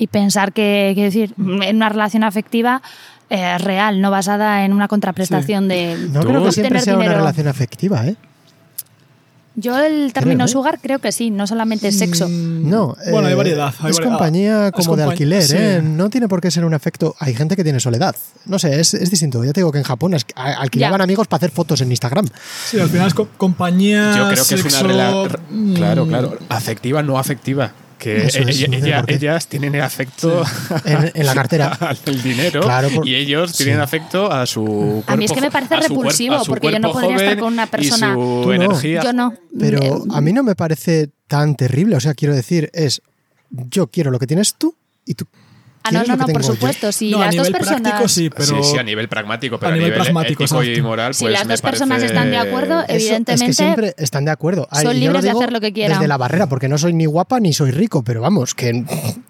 S4: Y pensar que, quiero decir, en una relación afectiva eh, real, no basada en una contraprestación de.
S5: No creo que siempre
S4: tener
S5: sea una
S4: dinero.
S5: relación afectiva, ¿eh?
S4: Yo el término
S5: Creo, ¿eh?
S4: sugar creo que sí, no solamente sexo.
S5: No.
S3: Bueno, hay
S5: eh,
S3: variedad, hay
S5: es
S3: variedad.
S5: compañía
S3: Es
S5: como de
S3: compañ-
S5: alquiler,
S3: sí.
S5: ¿eh? No tiene por qué ser un afecto. Hay gente que tiene soledad. No sé, es, es distinto. Ya te digo que en Japón es- a- alquilaban
S4: Ya.
S5: amigos para hacer fotos en Instagram.
S3: Sí, al final es co- compañía.
S2: Yo creo que es
S3: sexo,
S2: una relación.
S3: mm,
S2: Claro, claro. Afectiva, no afectiva. Que
S5: Eso es,
S2: ella-
S5: no tiene
S2: ella-
S5: por qué.
S2: ellas tienen el afecto
S5: En, en la cartera.
S2: al dinero
S5: Claro, por-
S2: y ellos tienen
S5: sí.
S2: afecto a su cuerpo,
S4: A mí es que me parece
S2: a su cuer-
S4: repulsivo,
S2: a su
S4: porque yo no
S2: cuerpo
S4: podría estar
S2: joven
S4: con una
S2: y
S4: persona-
S2: su
S5: Tú no.
S2: energía
S4: Yo no.
S5: Pero
S4: Eh,
S5: a mí no me parece tan terrible. O sea, quiero decir, es yo quiero lo que tienes tú y tú.
S4: Ah, no,
S5: quieres
S4: no,
S5: lo
S4: no,
S5: que
S4: por
S5: tengo yo.
S4: supuesto. Si
S3: no, a
S4: las dos
S3: nivel
S4: personas.
S3: práctico sí, pero.
S2: sí, sí, a nivel pragmático, pero a nivel,
S3: nivel pragmático,
S2: ético y
S3: exacto.
S2: moral,
S4: Si
S2: pues
S4: las
S2: me
S4: dos personas
S2: parece-
S4: están de acuerdo,
S5: Eso, es que
S4: Evidentemente,
S5: siempre están de acuerdo. Ay,
S4: son
S5: yo
S4: libres de
S5: digo
S4: hacer lo que quieran.
S5: Desde la barrera, porque no soy ni guapa ni soy rico, pero vamos, que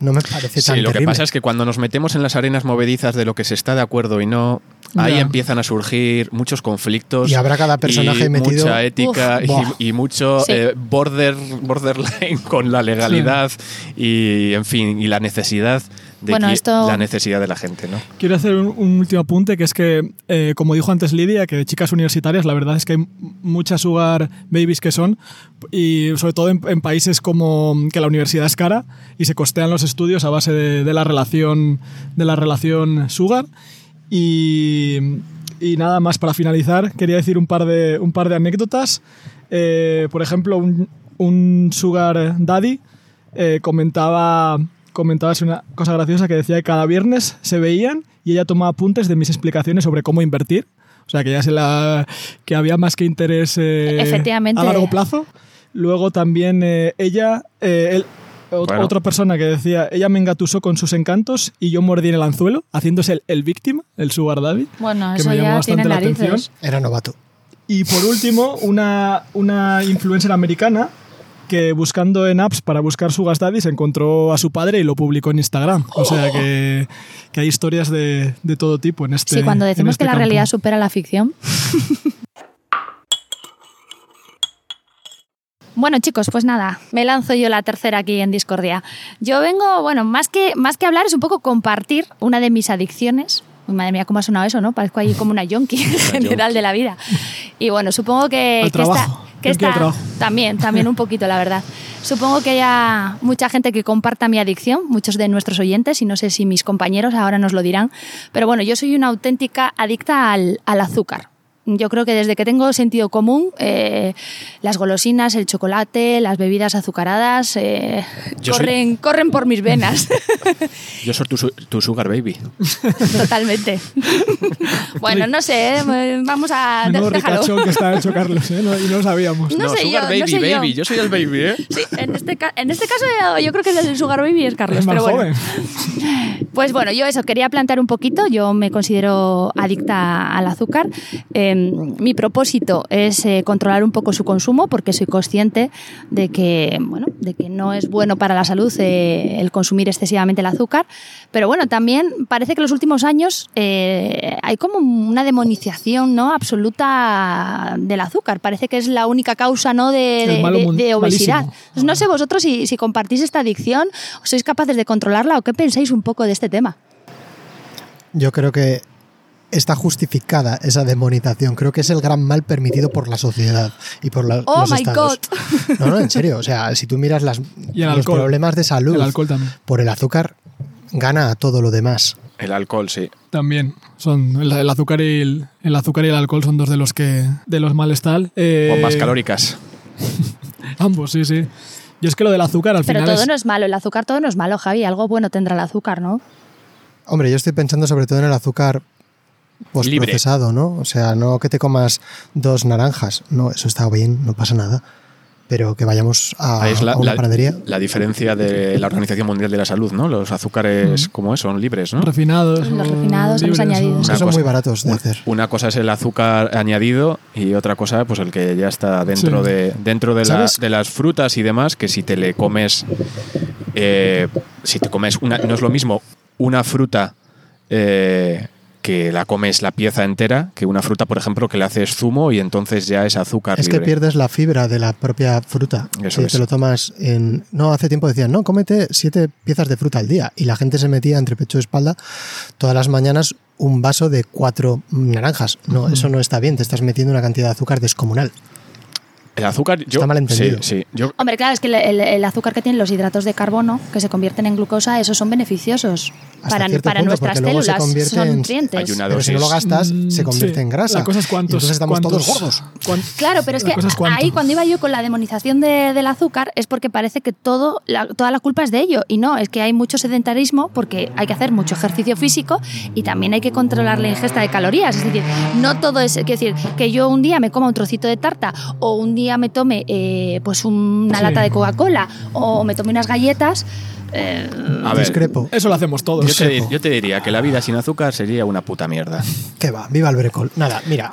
S5: no me parece tan
S2: Sí, lo
S5: terrible.
S2: que pasa es que cuando nos metemos en las arenas movedizas de lo que se está de acuerdo y no, ahí
S3: Ya.
S2: empiezan a surgir muchos conflictos.
S5: Y habrá cada personaje
S2: y
S5: metido-
S2: Mucha ética
S5: Uf,
S2: y-
S5: buah.
S2: y, mucho
S4: Sí.
S2: eh, border, borderline con la legalidad y, en fin, y la necesidad de
S4: Bueno,
S2: qui-
S4: esto-
S2: la necesidad de la gente, ¿no?
S3: Quiero hacer un, un último apunte, que es que, eh, como dijo antes Lidia, que chicas universitarias, la verdad es que hay m- muchas sugar babies que son, y sobre todo en, en países como que la universidad es cara y se costean los estudios a base de, de la, relación, de la relación sugar. Y, y nada más para finalizar, quería decir un par de, un par de anécdotas. Eh, por ejemplo, un, un sugar daddy eh, comentaba, comentaba así una cosa graciosa que decía que cada viernes se veían y ella tomaba apuntes de mis explicaciones sobre cómo invertir. O sea, que ya se la. que había más que interés eh,
S4: Efectivamente.
S3: a largo plazo. Luego también eh, ella. eh, él- ot-
S2: Bueno.
S3: Otra persona que decía, ella me engatusó con sus encantos y yo mordí en el anzuelo, haciéndose el, el víctima, el sugar daddy.
S4: Bueno,
S3: que
S4: Ah, eso
S3: me llamó
S4: ya
S3: bastante
S4: tiene
S3: la atención.
S4: narices.
S5: Era novato.
S3: Y por último, una, una influencer americana que buscando en apps para buscar su daddies encontró a su padre y lo publicó en Instagram. O sea que, que hay historias de, de todo tipo en este
S4: Sí, cuando
S3: en
S4: decimos
S3: este
S4: que la
S3: campo.
S4: realidad supera la ficción. Bueno, chicos, pues nada, me lanzo yo la tercera aquí en Discordia. Yo vengo, bueno, más que, más que hablar, es un poco compartir una de mis adicciones. Uy, Madre mía, cómo ha sonado eso, ¿no? Parezco ahí como una yonki en general de la vida. Y bueno, supongo que,
S3: Al
S4: que esta-
S3: trabajo. Yonki
S4: que esta-
S3: al trabajo.
S4: también, también un poquito, la verdad. Supongo que haya mucha gente que comparta mi adicción, muchos de nuestros oyentes, y no sé si mis compañeros ahora nos lo dirán. Pero bueno, yo soy una auténtica adicta al, al azúcar. Yo creo que desde que tengo sentido común, eh, las golosinas, el chocolate, las bebidas azucaradas eh,
S2: Yo soy-
S4: corren, corren por mis venas.
S2: Yo soy tu, su- tu sugar baby.
S4: Totalmente. bueno, no sé, eh, vamos a
S3: Menudo
S4: déjalo.
S3: ricachón que está hecho Carlos, ¿eh? No- y no lo sabíamos.
S4: No sé
S2: sugar
S4: yo,
S2: baby,
S4: no sé yo.
S2: baby. Yo. soy el baby, ¿eh?
S4: Sí, en este, ca- en este caso yo- yo creo que el Sugar Baby es Carlos,
S3: es más
S4: pero bueno.
S3: joven.
S4: Pues bueno, yo eso, quería plantear un poquito. Yo me considero adicta al azúcar. Eh, mi propósito es eh, controlar un poco su consumo porque soy consciente de que, bueno, de que no es bueno para la salud eh, el consumir excesivamente el azúcar. Pero bueno, también parece que en los últimos años eh, hay como una demonización ¿no? absoluta del azúcar. Parece que es la única causa ¿no? de,
S3: El
S4: de-
S3: malo
S4: de-
S3: mun-
S4: de obesidad.
S3: malísimo. Ah.
S4: Entonces, no sé vosotros si, si compartís esta adicción, sois capaces de controlarla o qué pensáis un poco de este tema.
S5: Yo creo que está justificada esa demonización. Creo que es el gran mal permitido por la sociedad y por la,
S4: Oh
S5: los
S4: my
S5: estados. No, no, en serio. O sea, si tú miras las,
S3: Y el
S5: los
S3: alcohol.
S5: problemas de salud
S3: El alcohol también.
S5: por el azúcar, gana a todo lo demás.
S2: El alcohol, sí.
S3: También son el, el azúcar y el, el azúcar y el alcohol son dos de los que de los males tal. Eh,
S2: Bombas calóricas.
S3: Ambos, sí, sí. Yo es que lo del azúcar al
S4: Pero
S3: final
S4: todo
S3: es-
S4: no es malo, el azúcar todo no es malo, Javi. Algo bueno tendrá el azúcar, ¿no?
S5: Hombre, yo estoy pensando sobre todo en el azúcar
S2: Libre.
S5: procesado, ¿no? O sea, no que te comas dos naranjas. No, eso está bien, no pasa nada. Pero que vayamos a,
S2: Ahí es la,
S5: a una
S2: la-
S5: panadería.
S2: la diferencia de la Organización Mundial de la Salud, ¿no? Los azúcares, como es? Son libres, ¿no?
S3: refinados.
S4: Los
S3: o
S4: refinados, los
S3: libres o-
S4: añadidos.
S5: Es
S2: una
S5: que son
S2: cosa-
S5: muy baratos de hacer.
S2: Una cosa es el azúcar añadido y otra cosa, pues el que ya está dentro
S3: Sí.
S2: de dentro de, la-
S5: ¿Sabes?
S2: de las frutas y demás, que si te le comes, eh, si te comes una, no es lo mismo una fruta eh, que la comes la pieza entera, que una fruta, por ejemplo, que le haces zumo y entonces ya es azúcar
S5: Es que
S2: libre.
S5: pierdes la fibra de la propia fruta.
S2: Eso
S5: si
S2: es.
S5: te lo tomas en. No, hace tiempo decían, no, cómete siete piezas de fruta al día. Y la gente se metía entre pecho y espalda todas las mañanas un vaso de cuatro naranjas. No, eso no está bien. Te estás metiendo una cantidad de azúcar descomunal.
S2: el azúcar, yo,
S5: Está mal
S2: sí,
S5: entendido.
S2: sí, yo
S4: Hombre, claro, es que el, el- el azúcar que tienen los hidratos de carbono, que se convierten en glucosa, esos son beneficiosos
S5: Hasta
S4: para,
S5: cierto
S4: para
S5: punto,
S4: nuestras
S5: porque luego se
S4: células,
S5: convierte
S4: son
S5: en-
S4: nutrientes.
S2: Hay una
S5: Pero si no lo
S2: dosis.
S5: gastas, se
S3: Mm,
S5: convierte
S3: sí.
S5: en grasa.
S3: La cosa es
S5: Y
S3: cuántos.
S5: entonces estamos
S3: cuántos-
S5: todos gordos.
S3: cuán-
S4: Claro, pero es
S3: la
S4: que
S3: cosa es cuánto.
S4: ahí cuando iba yo con la demonización de- del azúcar es porque parece que todo, la- toda la culpa es de ello. Y no, es que hay mucho sedentarismo porque hay que hacer mucho ejercicio físico y también hay que controlar la ingesta de calorías. Es decir, no todo es, quiero decir, que yo un día me coma un trocito de tarta o un día me tome eh, pues una
S3: Sí.
S4: lata de Coca-Cola o me tome unas galletas. eh,
S2: a ver,
S5: Discrepo.
S3: Eso lo hacemos todos.
S2: yo te, yo te diría que la vida sin azúcar sería una puta mierda.
S5: Que va, viva el brecol. Nada, mira.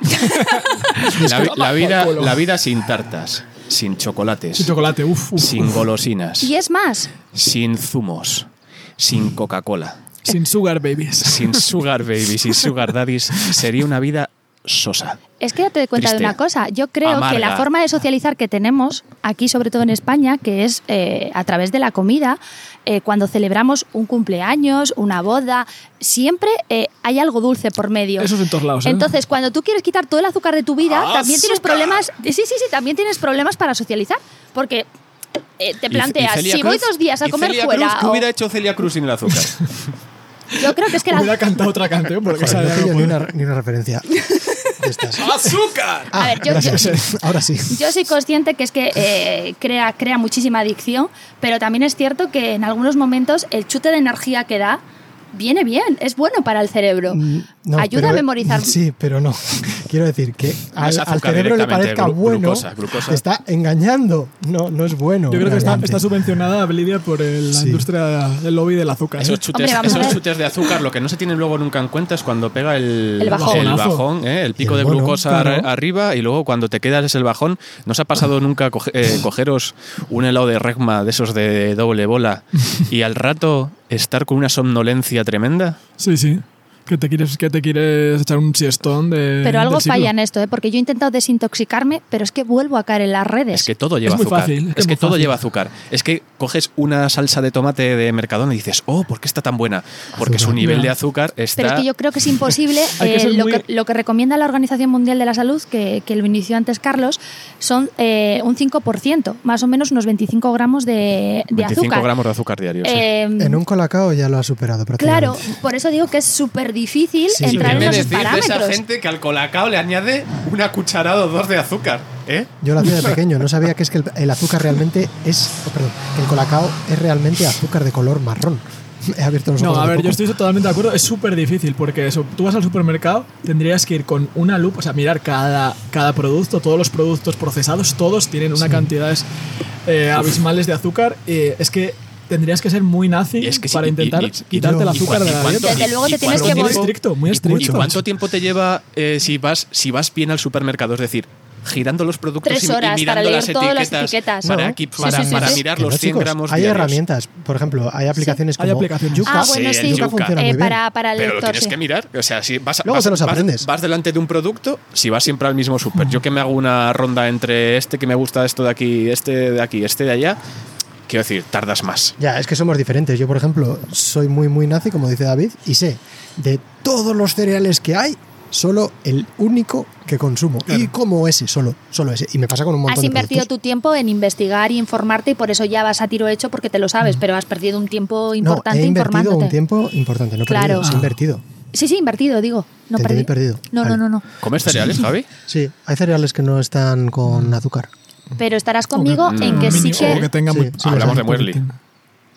S2: La, vi- la vida,
S3: culo.
S2: la vida sin tartas, sin chocolates,
S3: Sin chocolate, uff. Uf,
S2: sin
S3: uf.
S2: golosinas,
S4: y es más,
S2: sin zumos, sin Coca-Cola,
S3: Sin sugar babies.
S2: sin sugar babies y sugar daddies sería una vida sosa.
S4: Es que date cuenta
S2: Triste.
S4: de una cosa. Yo creo que
S2: Amarga.
S4: la forma de socializar que tenemos aquí, sobre todo en España, que es eh, a través de la comida, eh, cuando celebramos un cumpleaños, una boda, siempre eh, hay algo dulce por medio.
S3: Eso es en todos lados, ¿eh?
S4: Entonces, cuando tú quieres quitar todo el azúcar de tu vida,
S2: ¡Ah,
S4: también tienes problemas. Sí, sí, sí, también tienes problemas para socializar, porque eh, te
S2: Y- y
S4: planteas
S2: Celia
S4: si voy
S2: Cruz-
S4: dos días a
S2: y
S4: comer
S2: Celia
S4: fuera.
S2: Cruz, ¿Qué
S4: o-
S2: hubiera hecho Celia Cruz sin el azúcar?
S4: Yo creo que es que la-
S3: Hubiera cantado otra canción porque esa
S5: Joder,
S3: ya
S5: no pillo
S3: no
S5: ni
S3: puedo.
S5: una, ni una referencia. de estas.
S2: ¡Azúcar!
S4: A ver, yo- yo-
S5: gracias. Ahora sí.
S4: Yo soy consciente que es que eh, crea, crea muchísima adicción, pero también es cierto que en algunos momentos el chute de energía que da viene bien, es bueno para el cerebro.
S5: Mm, No,
S4: Ayuda
S5: pero- eh,
S4: a memorizar.
S5: Sí, pero no. Quiero decir que al,
S2: es
S5: al
S2: azúcar
S5: cerebro le
S2: directamente,
S5: parezca
S2: glu-
S5: bueno,
S2: glucosa, glucosa.
S5: te está engañando. No, no es bueno.
S3: Yo creo que está,
S5: realmente.
S3: está subvencionada Lidia por el- la
S5: Sí.
S3: industria del lobby del azúcar. ¿eh?
S2: Esos chutes,
S4: Hombre, vamos a
S2: esos
S4: ver.
S2: chutes de azúcar, lo que no se tiene luego nunca en cuenta es cuando pega el,
S4: El bajón.
S2: bajón, ¿eh? el pico
S5: El
S2: de
S5: bono,
S2: glucosa
S5: claro.
S2: ar- arriba y luego cuando te quedas es el bajón. ¿No os ha pasado nunca coge- eh, cogeros un helado de regma de esos de doble bola y al rato estar con una somnolencia tremenda?
S3: Sí, sí. Que te quieres, que te quieres echar un siestón de.
S4: Pero algo
S3: del siglo.
S4: falla en esto, ¿eh? porque yo he intentado desintoxicarme, pero es que vuelvo a caer en las redes.
S2: Es que todo lleva
S3: Es muy
S2: azúcar.
S3: fácil, es que
S2: es
S3: es
S2: que
S3: muy
S2: todo
S3: fácil.
S2: lleva azúcar. Es que coges una salsa de tomate de Mercadona y dices, oh, ¿por qué está tan buena? Porque su
S5: Azúcar.
S2: nivel
S3: Ya.
S2: de azúcar está.
S4: pero es que yo creo que es imposible.
S3: Hay que
S4: eh,
S3: ser
S4: lo,
S3: muy-
S4: que, lo que recomienda la Organización Mundial de la Salud, que, que lo inició antes Carlos, son eh, un 5%, más o menos unos 25 gramos de, de
S2: 25
S4: azúcar.
S2: gramos de azúcar diario. sí.
S4: Em,
S5: En un colacao ya lo ha superado prácticamente.
S4: Claro, por eso digo que es súper difícil
S5: Sí,
S2: ¿Qué
S4: entrar
S5: pero-
S4: en
S2: me decís
S4: esos
S2: de esa
S4: parámetros.
S2: gente que al colacao le añade una cucharada o dos de azúcar? ¿Eh?
S5: Yo lo hacía de pequeño, no sabía que es que el, el azúcar realmente es. oh, perdón, que el colacao es realmente azúcar de color marrón. He abierto los
S3: No,
S5: ojos.
S3: a
S5: hace
S3: ver, yo
S5: poco.
S3: estoy totalmente de acuerdo. Es súper difícil porque eso, tú vas al supermercado, tendrías que ir con una lupa, o sea, mirar cada, cada producto, todos los productos procesados, todos tienen una cantidades eh, abismales de azúcar. eh, es que tendrías que ser muy nazi
S2: Y es que sí,
S3: para
S2: y- y-
S3: intentar
S2: y- y-
S3: quitarte el
S5: y-
S3: azúcar de la
S2: cuánto-
S3: dieta.
S4: Desde
S2: y-
S4: luego te
S2: y
S4: tienes
S2: cuánto
S4: que
S2: tiempo-
S3: muy estricto, muy
S2: y-
S3: estricto.
S2: ¿Y cuánto tiempo te lleva eh, si, vas, si vas bien al supermercado? Es decir, girando los productos
S4: Tres
S2: y- y,
S4: horas para
S2: mirando
S4: leer
S2: las,
S4: todas
S2: etiquetas,
S4: las etiquetas.
S2: Para,
S4: No.
S2: aquí-
S4: Sí,
S2: para,
S4: sí, sí,
S2: para
S4: sí.
S2: mirar
S5: Que no,
S2: los 100
S5: chicos,
S2: gramos
S5: Hay
S2: diarios.
S5: herramientas, por ejemplo, hay aplicaciones
S3: Hay
S5: como
S3: aplicaciones.
S5: Yuka.
S4: Ah, bueno,
S2: Sí,
S4: sí.
S2: el yuca.
S5: funciona muy
S4: Eh,
S5: bien.
S4: para, para el
S2: Pero lo
S4: doctor,
S2: tienes
S4: sí.
S2: que mirar. O sea, si vas,
S5: Luego
S2: vas-
S5: te los
S2: vas-
S5: aprendes.
S2: vas delante de un producto, si vas siempre al mismo super. Yo que me hago una ronda entre este que me gusta, esto de aquí, este de aquí, este de allá, quiero decir, tardas más.
S5: Ya, es que somos diferentes. Yo, por ejemplo, soy muy, muy nazi, como dice David, y sé de todos los cereales que hay, solo el único que consumo. Y como ese, solo, solo ese. Y me pasa con un montón
S4: Has
S5: de
S4: invertido
S5: productos.
S4: tu tiempo en investigar y informarte y por eso ya vas a tiro hecho porque te lo
S2: Mm.
S4: sabes, pero has perdido un tiempo importante
S5: no, he invertido
S4: informándote.
S5: un tiempo importante, no
S4: Claro.
S5: perdido, sí
S4: Ah.
S5: he invertido.
S4: Sí, sí, invertido, digo. No
S5: Te
S4: perdi-
S5: entendí perdido.
S4: No,
S5: Vale.
S4: no, no, no.
S2: ¿Comes cereales, Javi?
S5: Sí, hay cereales que no están con azúcar.
S4: Pero estarás conmigo
S2: Mm.
S4: en que sí
S3: Mínimo,
S4: que.
S3: que tenga
S5: Sí,
S3: muy-
S5: sí,
S2: Hablamos de
S5: los hay.
S2: Muesli.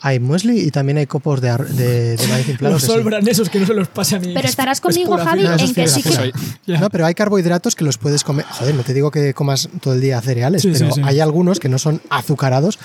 S5: Hay muesli y también hay copos de, ar- de, de maíz inflado.
S3: Los
S5: que sí.
S3: sobran esos que no se los pasa ni.
S4: Pero estarás
S3: es
S4: conmigo,
S3: pura
S4: Javi,
S5: No,
S3: fibra.
S5: eso
S4: en
S5: es
S4: que
S5: fibra
S4: sí que-
S5: pura.
S3: Ya.
S5: No, pero hay carbohidratos que los puedes comer. Joder, no te digo que comas todo el día cereales,
S3: Sí,
S5: pero
S3: sí, sí.
S5: hay algunos que no son azucarados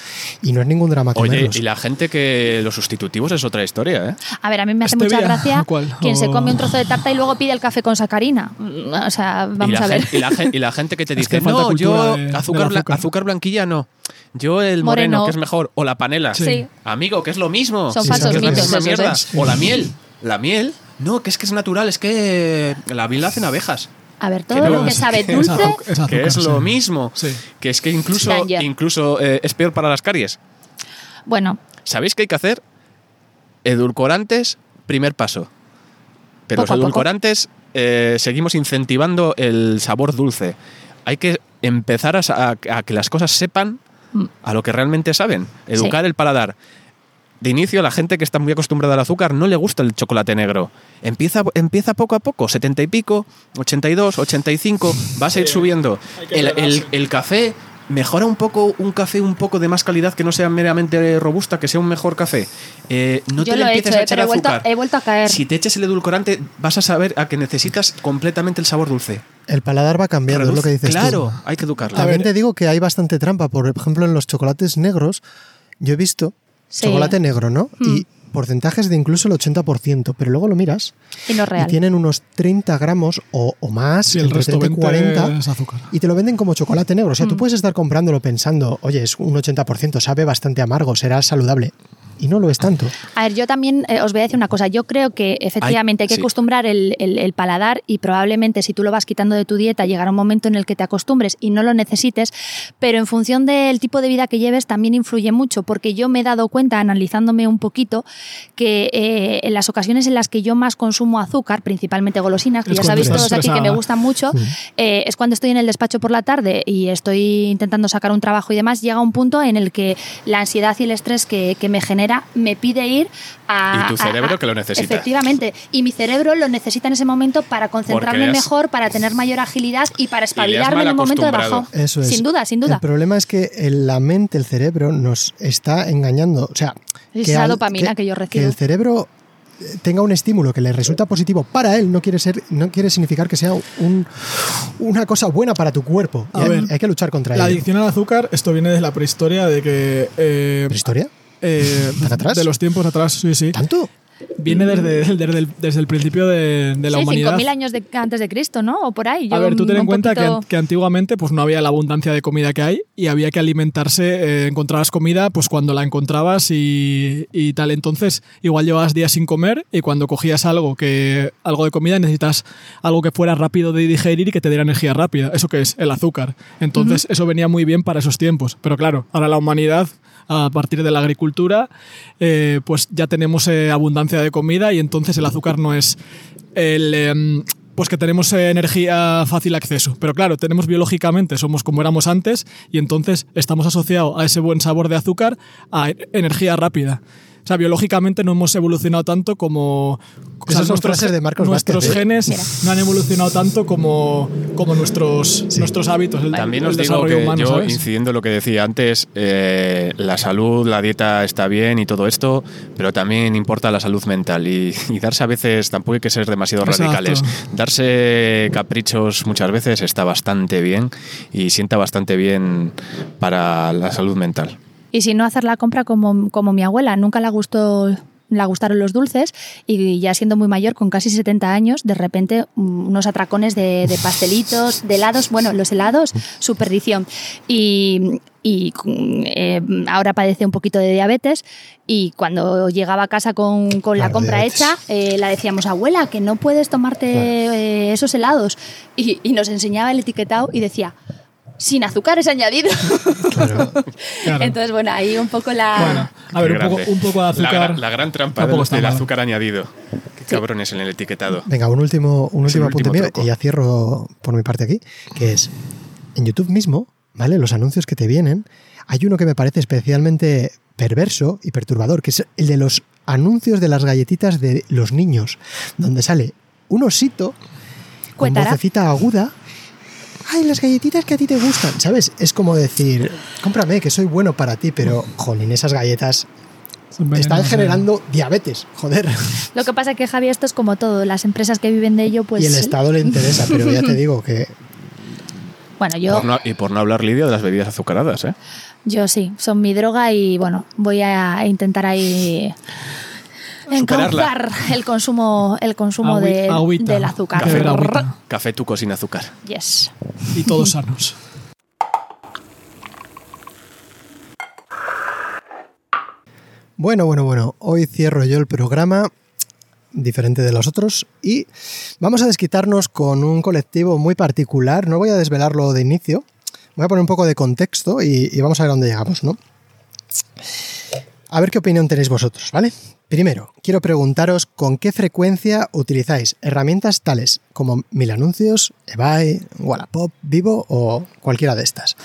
S5: y no es ningún drama
S2: Oye,
S5: comerlos.
S2: y la gente que los sustitutivos es otra historia, ¿eh?
S4: A ver, a mí me hace
S3: Stevia,
S4: mucha gracia
S3: ¿cuál?
S4: quien
S2: Oh.
S4: se
S3: O-
S4: come un trozo de tarta y luego pide el café con sacarina. Mm, O sea,
S2: y,
S4: vamos
S2: la
S4: a ver.
S2: Gente, y, la gen- y la gente que te dice,
S3: que falta
S2: no, yo
S3: cultura de-
S2: azúcar,
S3: del
S2: blan-
S3: azúcar".
S2: azúcar blanquilla no, yo el moreno,
S4: Moreno.
S2: que es mejor, o la panela.
S4: Sí. Sí.
S2: Amigo, que es lo mismo.
S4: Son
S2: Sí,
S5: falsos
S2: que es la
S5: mitos
S2: misma
S4: esos,
S2: mierda.
S4: ¿eh?
S2: O la miel, la miel. No, que es que es natural, es que la miel la hacen abejas.
S4: A ver,
S2: Que
S4: todo
S2: no,
S4: lo que
S2: es-
S4: sabe
S3: que es
S4: dulce.
S3: azúcar. Es
S2: que es
S3: sí.
S2: lo mismo.
S3: Sí.
S2: Que es que incluso,
S4: Danger.
S2: incluso eh, es peor para las caries.
S4: Bueno,
S2: ¿Sabéis qué hay que hacer? Edulcorantes, primer paso. Pero
S4: Poco a
S2: los
S4: poco.
S2: edulcorantes eh, seguimos incentivando el sabor dulce. Hay que empezar a, sa- a- a que las cosas sepan
S4: Mm.
S2: a lo que realmente saben. Educar el paladar. De inicio, la gente que está muy acostumbrada al azúcar no le gusta el chocolate negro. Empieza, empieza poco a poco, 70 y pico, 82, 85, vas a ir subiendo. El, el- el café, mejora un poco un café un poco de más calidad que no sea meramente robusta, que sea un mejor café. Eh, no
S4: yo
S2: te le
S4: lo he
S2: empieces
S4: hecho,
S2: a
S4: eh,
S2: echar
S4: pero he vuelto,
S2: azúcar.
S4: he vuelto a caer.
S2: Si te echas el edulcorante, vas a saber a que necesitas completamente el sabor dulce.
S5: El paladar va cambiando, es lo que
S2: Reduce-
S5: dices tú.
S2: claro, hay que educarlo.
S5: También te digo que hay bastante trampa. Por ejemplo, en los chocolates negros, yo he visto
S4: Sí.
S5: chocolate negro, ¿no?
S4: Mm.
S5: Y porcentajes de incluso el 80%, pero luego lo miras
S4: y no es real.
S5: y tienen unos 30 gramos o, o más,
S3: Sí, el
S5: entre
S3: resto
S5: 30 y 40,
S3: es azúcar.
S5: y te lo venden como chocolate
S3: Mm.
S5: negro. O sea, tú puedes estar comprándolo pensando, oye, es un 80%, sabe bastante amargo, será saludable. y no lo es tanto.
S4: A ver, yo también eh, os voy a decir una cosa. Yo creo que efectivamente hay, que
S2: sí.
S4: acostumbrar el, el- el paladar y probablemente si tú lo vas quitando de tu dieta llegará un momento en el que te acostumbres y no lo necesites, pero en función del tipo de vida que lleves también influye mucho, porque yo me he dado cuenta analizándome un poquito que eh, en las ocasiones en las que yo más consumo azúcar, principalmente golosinas, que
S3: Es
S4: ya sabéis
S3: cuando
S4: todos
S3: estás
S4: aquí que me
S3: estresada.
S4: gustan mucho, eh, es cuando estoy en el despacho por la tarde y estoy intentando sacar un trabajo y demás, llega un punto en el que la ansiedad y el estrés que, que me genera me pide ir a...
S2: Y tu
S4: a-
S2: cerebro
S4: a-
S2: que lo necesita.
S4: Efectivamente. Y mi cerebro lo necesita en ese momento para concentrarme
S2: le has-
S4: mejor, para tener mayor agilidad y para espabilarme en un momento de
S2: malacostumbrado.
S4: bajo.
S5: Eso es.
S4: Sin duda, sin duda.
S5: El problema es que el- la mente, el cerebro, nos está engañando. O sea,
S4: Es esa dopamina que yo recibo.
S5: el cerebro eh, tenga un estímulo que le resulta positivo para él no quiere ser no quiere significar que sea un- una cosa buena para tu cuerpo Y
S3: A
S5: hay,
S3: ver,
S5: hay que luchar contra
S3: La
S5: ello
S3: adicción al azúcar, esto viene desde la prehistoria de que... eh,
S5: ¿Prehistoria?
S3: eh,
S5: ¿Tan atrás?
S3: De los tiempos atrás, sí, sí.
S5: tanto
S3: Viene desde, desde el, desde el principio de, de la
S4: Sí,
S3: humanidad.
S4: 5.000 años de- antes de Cristo, ¿no? O por ahí.
S3: A
S4: Yo
S3: ver, tú ten
S4: un
S3: en cuenta
S4: poquito-
S3: que, que antiguamente pues no había la abundancia de comida que hay y había que alimentarse, eh, encontrabas comida pues cuando la encontrabas y, y tal. Entonces, igual llevabas días sin comer y cuando cogías algo que algo de comida necesitas algo que fuera rápido de digerir y que te diera energía rápida. Eso que es el azúcar. Entonces, eso venía muy bien para esos tiempos. Pero claro, ahora la humanidad a partir de la agricultura, eh, pues ya tenemos eh, abundancia de comida y entonces el azúcar no es el... em, pues que tenemos eh, energía fácil acceso. Pero claro, tenemos biológicamente, somos como éramos antes y entonces estamos asociados a ese buen sabor de azúcar a e- energía rápida. O sea, biológicamente no hemos evolucionado tanto como... o sea,
S5: son frases de Marcos
S3: Nuestros
S5: Vázquez, ¿eh?
S3: genes
S4: Mira.
S3: no han evolucionado tanto como, como nuestros, nuestros hábitos, el,
S2: También
S3: el
S2: os digo
S3: desarrollo
S2: que
S3: humano,
S2: yo,
S3: ¿sabes?
S2: incidiendo en lo que decía antes, eh, la salud, la dieta está bien y todo esto, pero también importa la salud mental. Y, y darse a veces, tampoco hay que ser demasiado
S3: Exacto.
S2: radicales. Darse caprichos muchas veces está bastante bien y sienta bastante bien para la salud mental.
S4: Y si no hacer la compra como, como mi abuela, nunca la gustó la gustaron los dulces y ya siendo muy mayor, con casi 70 años, de repente mm, unos atracones de, de pastelitos, de helados, bueno, los helados, su perdición. Y, y, mm, eh, ahora padece un poquito de diabetes y cuando llegaba a casa con, con la
S5: Claro,
S4: compra
S5: diabetes.
S4: hecha, eh, la decíamos, abuela, que no puedes tomarte eh, esos helados. Y, y nos enseñaba el etiquetado y decía, sin azúcares añadidos.
S3: Claro.
S4: Entonces, bueno, ahí un poco la...
S3: Bueno, a
S2: Qué
S3: ver, un poco,
S2: grande.
S3: un poco de
S2: La,
S3: azúcar.
S2: gran- la gran trampa
S3: Tampoco
S2: del,
S3: está
S2: del
S3: mal.
S2: azúcar añadido. Qué cabrones en el etiquetado.
S5: venga un último un
S2: Es el
S5: último
S2: último
S5: apunte mío
S2: truco.
S5: y ya cierro por mi parte aquí que es en YouTube mismo vale los anuncios que te vienen hay uno que me parece especialmente perverso y perturbador que es el de los anuncios de las galletitas de los niños donde sale un osito con
S4: Cuétara.
S5: vocecita aguda. Ay, las galletitas que a ti te gustan, ¿sabes? Es como decir, cómprame, que soy bueno para ti, pero, jolín, esas galletas
S3: Son
S5: están
S3: venenosas.
S5: generando diabetes, joder.
S4: Lo que pasa que, Javi, esto es como todo. Las empresas que viven de ello, pues...
S5: y el Estado le interesa, pero ya te digo que
S4: Bueno, yo,
S2: Por no- y por no hablar, Lidia, de las bebidas azucaradas. ¿eh?
S4: yo sí, son mi droga y, bueno, voy a intentar ahí... Encauzar el consumo, el consumo
S3: Agüi-
S4: de-
S3: agüita.
S4: del azúcar.
S3: Café con agüita.
S2: Café tuco sin azúcar.
S4: Yes.
S3: Y todos sanos.
S5: Bueno, bueno, bueno. Hoy cierro yo el programa, diferente de los otros, y vamos a desquitarnos con un colectivo muy particular. No voy a desvelarlo de inicio. Voy a poner un poco de contexto y, y vamos a ver a dónde llegamos, ¿no? A ver qué opinión tenéis vosotros, ¿vale? Primero, quiero preguntaros con qué frecuencia utilizáis herramientas tales como Mil Anuncios, eBay, Wallapop, Vivo o cualquiera de estas.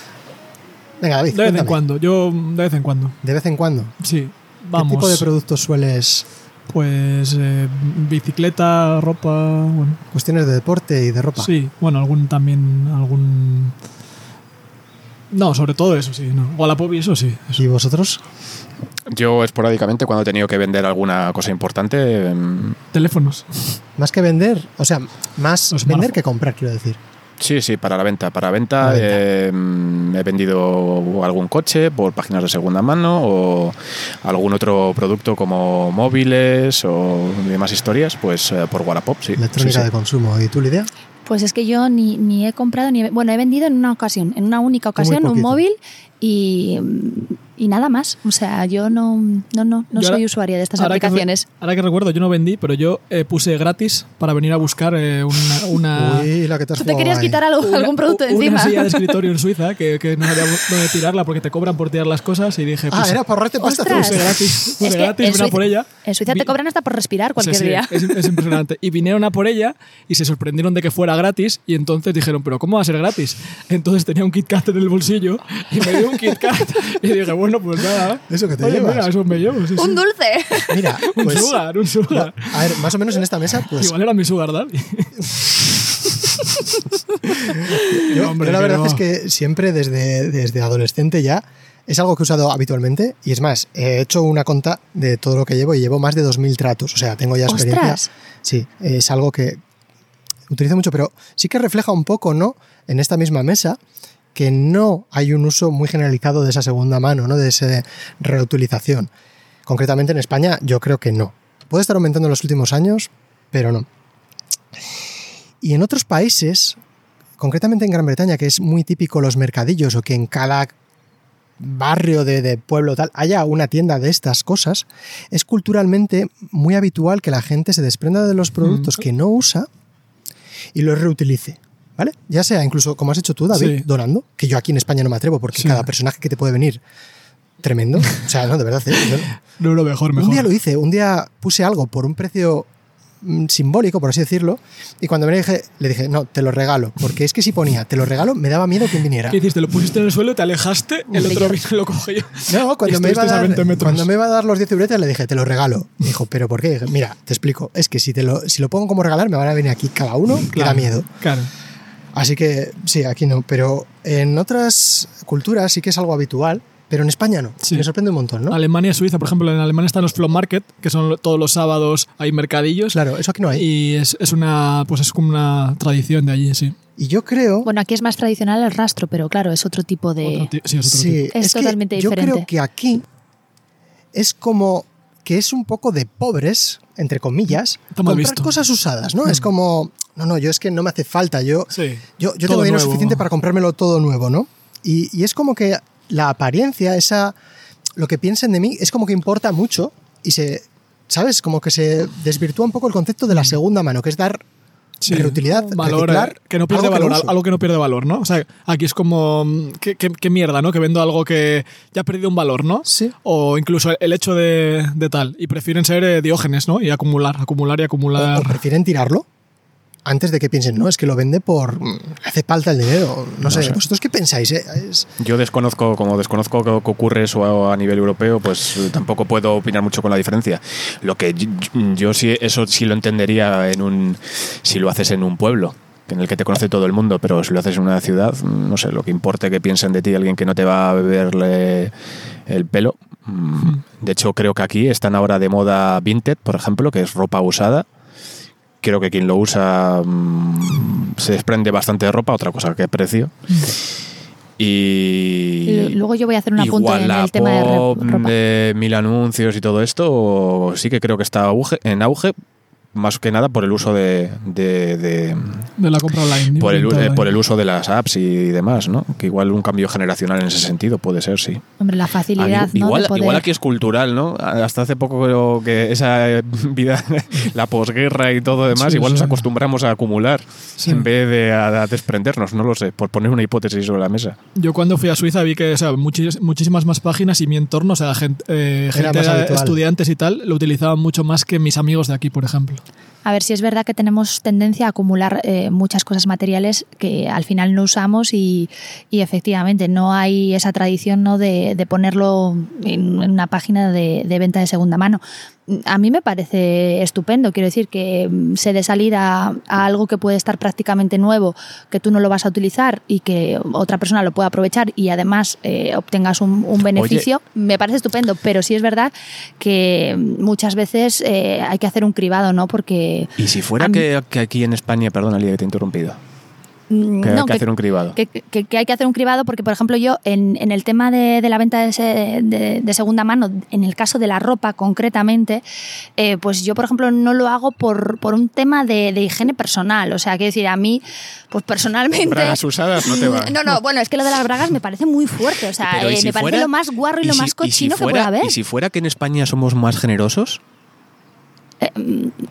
S5: Venga, David,
S3: De vez en
S5: cuéntame.
S3: cuando, yo mm, de vez en cuando.
S5: De vez en cuando.
S3: Sí, vamos.
S5: ¿Qué tipo de productos sueles
S3: Pues eh, bicicleta, ropa, bueno.
S5: Cuestiones de deporte y de ropa.
S3: Sí, bueno, algún también, algún... No, sobre todo eso, sí. No. Wallapop y eso sí. eso.
S5: ¿Y vosotros?
S2: Yo esporádicamente, cuando he tenido que vender alguna cosa importante, em,
S3: Teléfonos.
S5: Más que vender, o sea, más
S3: Los
S5: vender
S3: smartphones.
S5: que comprar, quiero decir.
S2: sí, sí, para la venta. Para venta,
S5: La venta.
S2: em, he vendido algún coche por páginas de segunda mano o algún otro producto como móviles o demás historias, pues eh, por Wallapop, sí.
S5: Electrónica
S2: Sí, sí.
S5: de consumo. ¿Y tú, Lidia?
S4: Pues es que yo ni, ni he comprado ni he- bueno he vendido en una ocasión, en una única ocasión un
S5: poquito.
S4: móvil y, y nada más. O sea, yo no, no, no, no
S3: Yo
S4: soy
S3: ahora-
S4: usuaria de estas
S3: ahora que re-
S4: aplicaciones.
S3: ahora que recuerdo, yo no vendí, pero yo eh, puse gratis para venir a buscar eh, una, una,
S5: Uy, la que te has
S4: Tú te
S5: jugado
S4: querías
S5: ahí.
S4: quitar algo-
S3: una-
S4: algún producto de
S3: una
S4: encima.
S3: silla de escritorio en Suiza que, que no sabía dónde tirarla porque te cobran por tirar las cosas y dije,
S5: Ah,
S3: pues,
S5: era para ahorrarte pasta tú.
S4: Ostras.
S3: puse gratis, puse
S4: Es que
S3: gratis,
S4: en
S3: ven a
S4: Suiza-
S3: por ella.
S4: En Suiza
S3: Vi-
S4: te cobran hasta por respirar cualquier
S3: Sí, sí,
S4: día.
S3: Es, es impresionante. Y vinieron a por ella y se sorprendieron de que fuera gratis y entonces dijeron, pero ¿cómo va a ser gratis? Entonces tenía un Kit Kat en el bolsillo y me dio un Kit Kat y dije, bueno, pues nada.
S5: Eso que te
S3: Oye,
S5: llevas.
S3: mira, eso me llevo. sí, sí.
S4: Un dulce.
S5: Mira,
S3: Un
S5: pues.
S3: sugar, un sugar.
S5: A ver, más o menos en esta mesa, pues
S3: Igual era mi sugar daddy.
S5: Yo,
S3: Hombre,
S5: yo la
S3: que
S5: verdad
S3: no.
S5: es que siempre desde, desde adolescente ya es algo que he usado habitualmente y es más, he hecho una conta de todo lo que llevo y llevo más de 2.000 tratos, o sea, tengo ya experiencia.
S4: Ostras.
S5: Sí, es algo que utilizo mucho, pero sí que refleja un poco, ¿no? En esta misma mesa que no hay un uso muy generalizado de esa segunda mano, ¿no? De esa reutilización. Concretamente en España yo creo que no. Puede estar aumentando en los últimos años, pero no. Y en otros países, concretamente en Gran Bretaña, que es muy típico los mercadillos o que en cada barrio de, de pueblo tal haya una tienda de estas cosas, es culturalmente muy habitual que la gente se desprenda de los productos que no usa y los reutilice. ¿Vale? Ya sea incluso, como has hecho tú, David,
S3: Sí.
S5: donando, que yo aquí en España no me atrevo porque
S3: Sí.
S5: cada personaje que te puede venir, tremendo. O sea, no, de verdad. ¿eh? Yo-
S3: No, lo mejor, mejor.
S5: un día lo hice, un día puse algo por un precio mm, simbólico, por así decirlo, y cuando me dije, le dije, no, te lo regalo, porque es que si ponía, te lo regalo, me daba miedo quien viniera.
S3: ¿Qué hiciste? Lo pusiste en el suelo, te alejaste, el otro vino y lo cogió.
S5: No, cuando me,
S3: Estuviste
S5: iba a
S3: a
S5: dar,
S3: 20 metros.
S5: cuando me iba a dar los 10 euretas le dije, te lo regalo. Me dijo, ¿pero por qué? Dije, Mira, te explico. Es que si, te lo, si lo pongo como regalar, me van a venir aquí cada uno, que da miedo.
S3: Claro.
S5: Así que sí, aquí no, pero en otras culturas sí que es algo habitual, pero en España no.
S3: Sí.
S5: Me sorprende un montón, ¿no?
S3: Alemania, Suiza, por ejemplo, en Alemania están los Flop Market, que son todos los sábados hay mercadillos.
S5: Claro, eso aquí no hay.
S3: Y es, es una pues es como una tradición de allí, sí.
S5: Y yo creo...
S4: Bueno, aquí es más tradicional el rastro, pero claro, es otro tipo de.
S3: Otro ti- sí, es otro
S5: Sí,
S4: Es
S5: que
S4: totalmente diferente.
S5: Yo creo que aquí es como que es un poco de pobres, entre comillas,
S3: Está mal
S5: comprar
S3: Mm, visto. Mm.
S5: cosas usadas, ¿no? Es como, no, no, yo es que no me hace falta, yo,
S3: Sí,
S5: yo,
S3: todo
S5: yo tengo dinero
S3: nuevo.
S5: suficiente para comprármelo todo nuevo, ¿no? Y, y es como que la apariencia, esa, lo que piensen de mí, es como que importa mucho y se, ¿sabes? Como que se desvirtúa un poco el concepto de la segunda mano, que es dar
S3: Mm. sí.
S5: reutilidad,
S3: valor,
S5: reciclar,
S3: eh, que no pierde
S5: algo que no
S3: valor,
S5: uso.
S3: algo que no pierde valor, ¿no? O sea, aquí es como mm, qué, qué- qué mierda, ¿no? Que vendo algo que ya ha perdido un valor, ¿no?
S5: Sí.
S3: O incluso el hecho de, de tal. Y prefieren ser eh, diógenes, ¿no? Y acumular, acumular y
S5: O, o
S3: acumular.
S5: prefieren tirarlo antes de que piensen, no, es que lo vende por. mm, hace falta el dinero. No, sé, ¿vosotros qué pensáis? eh? Es-
S2: Yo desconozco, como desconozco que que ocurre eso a a nivel europeo, pues eh, tampoco puedo opinar mucho con la diferencia. Lo que yo, yo sí, eso sí lo entendería en un, si lo haces en un pueblo en el que te conoce todo el mundo, pero si lo haces en una ciudad, mm, no sé, lo que importe que piensen de ti alguien que no te va a beberle el pelo. Mm, De hecho, creo que aquí están ahora de moda Vinted, por ejemplo, que es ropa usada. Creo que quien lo usa mm, se desprende bastante de ropa, otra cosa que precio. Y
S4: L- luego yo voy a hacer un apunte en el
S2: Wallapop,
S4: tema de re- ropa.
S2: de mil anuncios y todo esto, sí que creo que está auge- en auge, más que nada por el uso de, de- de-
S3: de la compra online.
S2: por, el,
S3: venta
S2: eh,
S3: online.
S2: por el uso de las apps y demás, ¿no? Que igual un cambio generacional en ese sentido puede ser, sí.
S4: Hombre, la facilidad,
S2: Aquí-
S4: ¿no?
S2: igual,
S4: de poder-
S2: igual aquí es cultural, ¿no? Hasta hace poco creo que esa eh, vida, la posguerra y todo demás,
S3: Sí,
S2: igual
S3: sí.
S2: nos acostumbramos a acumular
S3: Sí.
S2: en vez de a- a desprendernos, no lo sé, por poner una hipótesis sobre la mesa.
S3: Yo cuando fui a Suiza vi que o sea, muchis- muchísimas más páginas y mi entorno, o sea, gente, eh,
S5: Era
S3: gente
S5: más habitual.
S3: estudiantes y tal, lo utilizaban mucho más que mis amigos de aquí, por ejemplo.
S4: A ver si es verdad que tenemos tendencia a acumular eh, muchas cosas materiales que al final no usamos y, y efectivamente no hay esa tradición ¿no? de, de ponerlo en, en una página de, de venta de segunda mano. A mí me parece estupendo, quiero decir que mm, se dé salida a algo que puede estar prácticamente nuevo, que tú no lo vas a utilizar y que otra persona lo pueda aprovechar y además eh, obtengas un, un beneficio, me parece estupendo, pero sí es verdad que muchas veces eh, hay que hacer un cribado, ¿no? Porque
S2: Y si fuera
S4: A mí-
S2: que, que aquí en España, perdona, Lidia, que te he interrumpido,
S4: mm,
S2: Que hay
S4: no,
S2: que hacer un cribado.
S4: Que, que- que hay que hacer un cribado porque, por ejemplo, yo en, en el tema de, de la venta de, se- de- de segunda mano, en el caso de la ropa concretamente, eh, pues yo, por ejemplo, no lo hago por, por un tema de, de higiene personal. O sea, quiero decir, a mí, pues personalmente...
S2: Bragas usadas no te van.
S4: No, no, bueno, es que lo de las bragas me parece muy fuerte. O sea,
S2: Pero ¿y
S4: eh,
S2: si
S4: me parece
S2: fuera-
S4: lo más guarro y, lo
S2: si-
S4: más
S2: y si
S4: cochino que
S2: fuera-
S4: pueda haber.
S2: ¿Y si fuera que en España somos más generosos?
S4: Eh,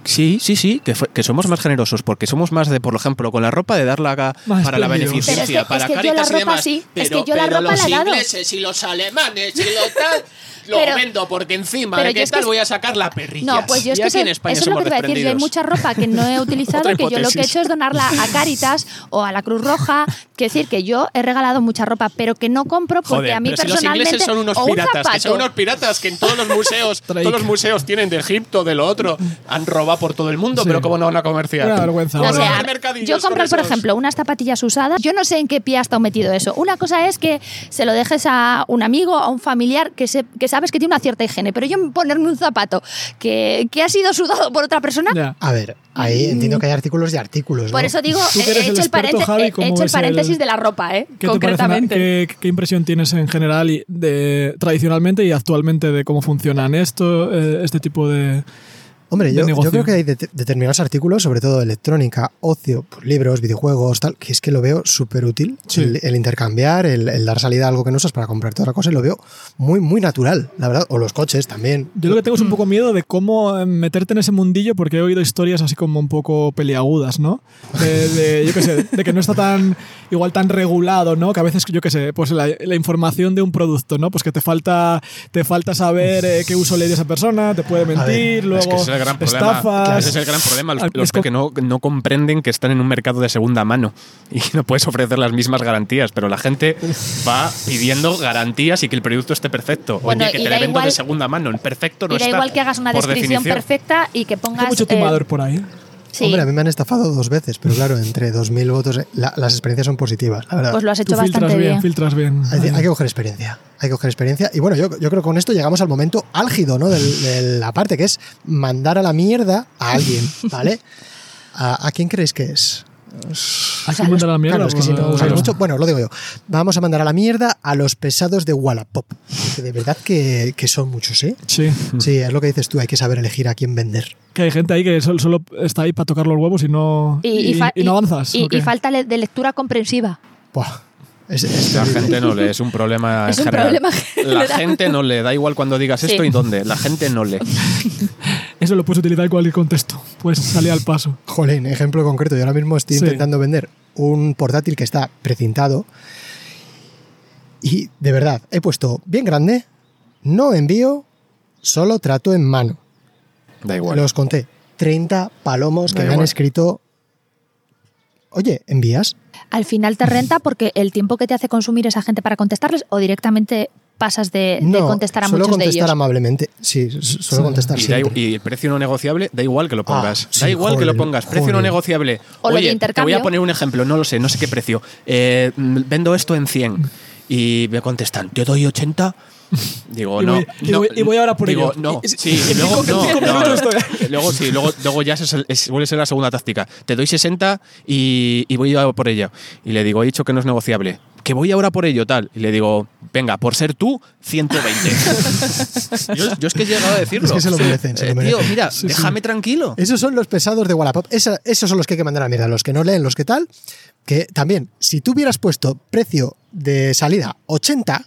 S2: Sí, sí, sí, que, fue- que somos más generosos porque somos más de, por ejemplo, con la ropa de darla a-
S3: Más
S2: para la
S3: espléndidos.
S2: beneficencia,
S4: Pero es que-
S2: para
S4: es que yo
S2: Cáritas
S4: la
S2: y
S4: ropa
S2: demás.
S4: sí, es
S10: Pero-
S4: que yo la
S10: pero
S4: ropa
S10: los
S4: la he dado.
S10: ingleses y los alemanes y lo tal, lo
S4: Pero-
S10: vendo porque encima
S4: pero
S2: ¿eh?
S10: de
S4: yo
S10: qué
S4: es que
S10: tal
S4: es-
S10: voy a sacar la perrilla.
S4: No, pues yo es
S10: y
S4: que
S10: aquí
S4: eso,
S10: en España
S4: eso es lo
S10: somos
S4: que te iba a decir. Yo hay
S10: desprendidos.
S4: mucha ropa que no he utilizado,
S2: Otra
S4: que yo lo que he
S2: hipótesis.
S4: hecho es donarla a Caritas o a la Cruz Roja. Quiero decir que yo he regalado mucha ropa, pero que no compro porque
S10: Joder,
S4: a mí
S10: pero si
S4: personalmente.
S10: los ingleses son unos
S4: o un
S10: piratas, que son
S4: zapato.
S10: unos piratas que en todos los museos,
S3: Drake.
S10: todos los museos tienen de Egipto, de lo otro, han robado por todo el mundo,
S3: Sí.
S10: pero cómo no van a comerciar.
S3: Una vergüenza.
S4: No,
S10: Ahora
S4: o sea,
S10: van a mercadillos
S4: yo compro,
S10: con
S4: por
S10: esos.
S4: ejemplo, unas zapatillas usadas. Yo no sé en qué pie ha estado metido eso. Una cosa es que se lo dejes a un amigo, a un familiar que, se- que sabes que tiene una cierta higiene, pero yo ponerme un zapato que, que ha sido sudado por otra persona,
S3: Ya.
S5: A ver, ahí entiendo que hay artículos y artículos. ¿no?
S4: Mm. Por eso digo,
S3: Tú
S4: he,
S3: que eres
S4: he
S3: el
S4: hecho el,
S3: experto,
S4: paréntesis-
S3: Javi,
S4: he hecho
S3: ¿cómo
S4: el
S3: es
S4: paréntesis
S3: el-
S4: de la ropa,
S3: ¿Qué, te
S4: ¿eh?
S3: parece, Ana?
S4: concretamente.
S3: ¿Qué, qué impresión tienes en general y de, tradicionalmente y actualmente de cómo funcionan esto, eh, este tipo de...
S5: Hombre,
S3: de
S5: yo, yo
S3: negocio.
S5: creo que hay de- determinados artículos, sobre todo de electrónica, ocio, pues, libros, videojuegos, tal, que es que lo veo súper útil.
S3: Sí.
S5: El, el intercambiar, el, el dar salida a algo que no usas para comprarte otra cosa, y lo veo muy, muy natural, la verdad. O los coches también.
S3: Yo lo que tengo es un poco miedo de cómo eh, meterte en ese mundillo porque he oído historias así como un poco peliagudas, ¿no? De, de, yo qué sé, de que no está tan igual tan regulado, ¿no? Que a veces, yo qué sé, pues la, la información de un producto, ¿no? Pues que te falta te falta saber eh, qué uso le dio esa persona, te puede mentir, luego
S2: Es que ese es el gran problema.
S3: estafas.
S2: Ese es el gran problema. Los,
S3: Al-
S2: los
S3: es como-
S2: que no, no comprenden que están en un mercado de segunda mano y no puedes ofrecer las mismas garantías, pero la gente va pidiendo garantías y que el producto esté perfecto.
S4: Bueno,
S2: Oye, que
S4: y
S2: te
S4: da
S2: le vendo de
S4: igual-
S2: segunda mano, el perfecto no
S4: Y da
S2: está.
S4: igual que hagas una
S2: por
S4: descripción
S2: definición.
S4: perfecta y que pongas.
S3: Hay mucho
S4: eh,
S3: timador por ahí.
S4: sí,
S5: Hombre, a mí me han estafado dos veces, pero claro, entre 2.000 votos eh, la- las experiencias son positivas, la verdad.
S4: pues lo has
S3: Tú
S4: hecho
S3: filtras
S4: bastante
S3: bien,
S4: bien.
S3: filtras bien.
S5: Hay, hay que coger experiencia, hay que coger experiencia. Y bueno, yo, yo creo que con esto llegamos al momento álgido, ¿no? Del- De, la parte que es mandar a la mierda a alguien, ¿vale? ¿A, a quién creéis que es?
S3: Hay que mandar a la mierda.
S5: Claro, es que si no
S3: pues,
S5: usáis
S3: eh,
S5: mucho, bueno, lo digo yo. Vamos a mandar a la mierda a los pesados de Wallapop, que de verdad que, que son muchos, ¿eh?
S3: Sí.
S5: Sí, es lo que dices tú, hay que saber elegir a quién vender.
S3: Que hay gente ahí que sol- solo, está ahí para tocar los huevos y no, y,
S4: fa-
S3: y no avanzas.
S4: Y,
S3: ¿o qué?
S4: y falta le- de lectura comprensiva.
S5: Buah, es, es
S2: La
S5: terrible.
S2: gente no lee, es un problema
S4: Es
S2: en
S4: un
S2: general.
S4: problema
S2: La
S4: general.
S2: gente no lee, da igual cuando digas
S4: Sí.
S2: esto y dónde, la gente no lee.
S3: Eso lo puedes utilizar en cualquier contexto. Pues salir al paso.
S5: Jolín, ejemplo concreto. Yo ahora mismo estoy
S3: Sí.
S5: intentando vender un portátil que está precintado. Y de verdad, he puesto bien grande, no envío, solo trato en mano.
S2: Da igual.
S5: Los conté. 30 palomos que
S2: Da
S5: me han
S2: igual.
S5: escrito. Oye, ¿envías?
S4: Al final te renta porque el tiempo que te hace consumir esa gente para contestarles o directamente pasas de, de
S5: no,
S4: contestar a
S5: solo
S4: Eh, muchos de
S5: contestar
S4: ellos.
S5: amablemente. Sí, s- suelo contestar
S2: Y, da
S5: siempre.
S2: igu- y el precio no negociable, da igual que lo pongas.
S5: Ah, sí,
S2: da igual que
S5: joder,
S2: lo pongas. Precio no
S5: joder.
S2: negociable.
S4: O lo de
S2: Oye, te voy
S4: intercambio.
S2: a poner un ejemplo, no lo sé, no sé qué precio. Eh, mm, vendo esto en 100. Y me contestan, ¿te doy 80? Digo,
S3: Y
S2: no,
S3: voy- y
S2: no,
S3: voy- y voy ahora por
S2: digo,
S3: ello.
S2: No,
S3: Y-
S2: sí,
S3: en
S2: luego,
S3: cinco- en
S2: no,
S3: cinco
S2: no,
S3: minutos
S2: no.
S3: estoy-
S2: luego sí, luego, luego ya se- es- vuelve a ser la segunda táctica. Te doy 60 y, y voy a por ella. Y le digo, he dicho que no es negociable. Que voy ahora por ello, tal. Y le digo, venga, por ser tú, 120. yo, yo es que he llegado a decirlo.
S5: Es que se lo merecen, se lo
S2: Eh, tío,
S5: merecen. Eh,
S2: mira,
S3: Sí, sí.
S2: déjame tranquilo.
S5: Esos son los pesados de Wallapop. Esa- esos son los que hay que mandar a la mierda. Los que no leen, los que tal. Que también, si tú hubieras puesto precio de salida 80,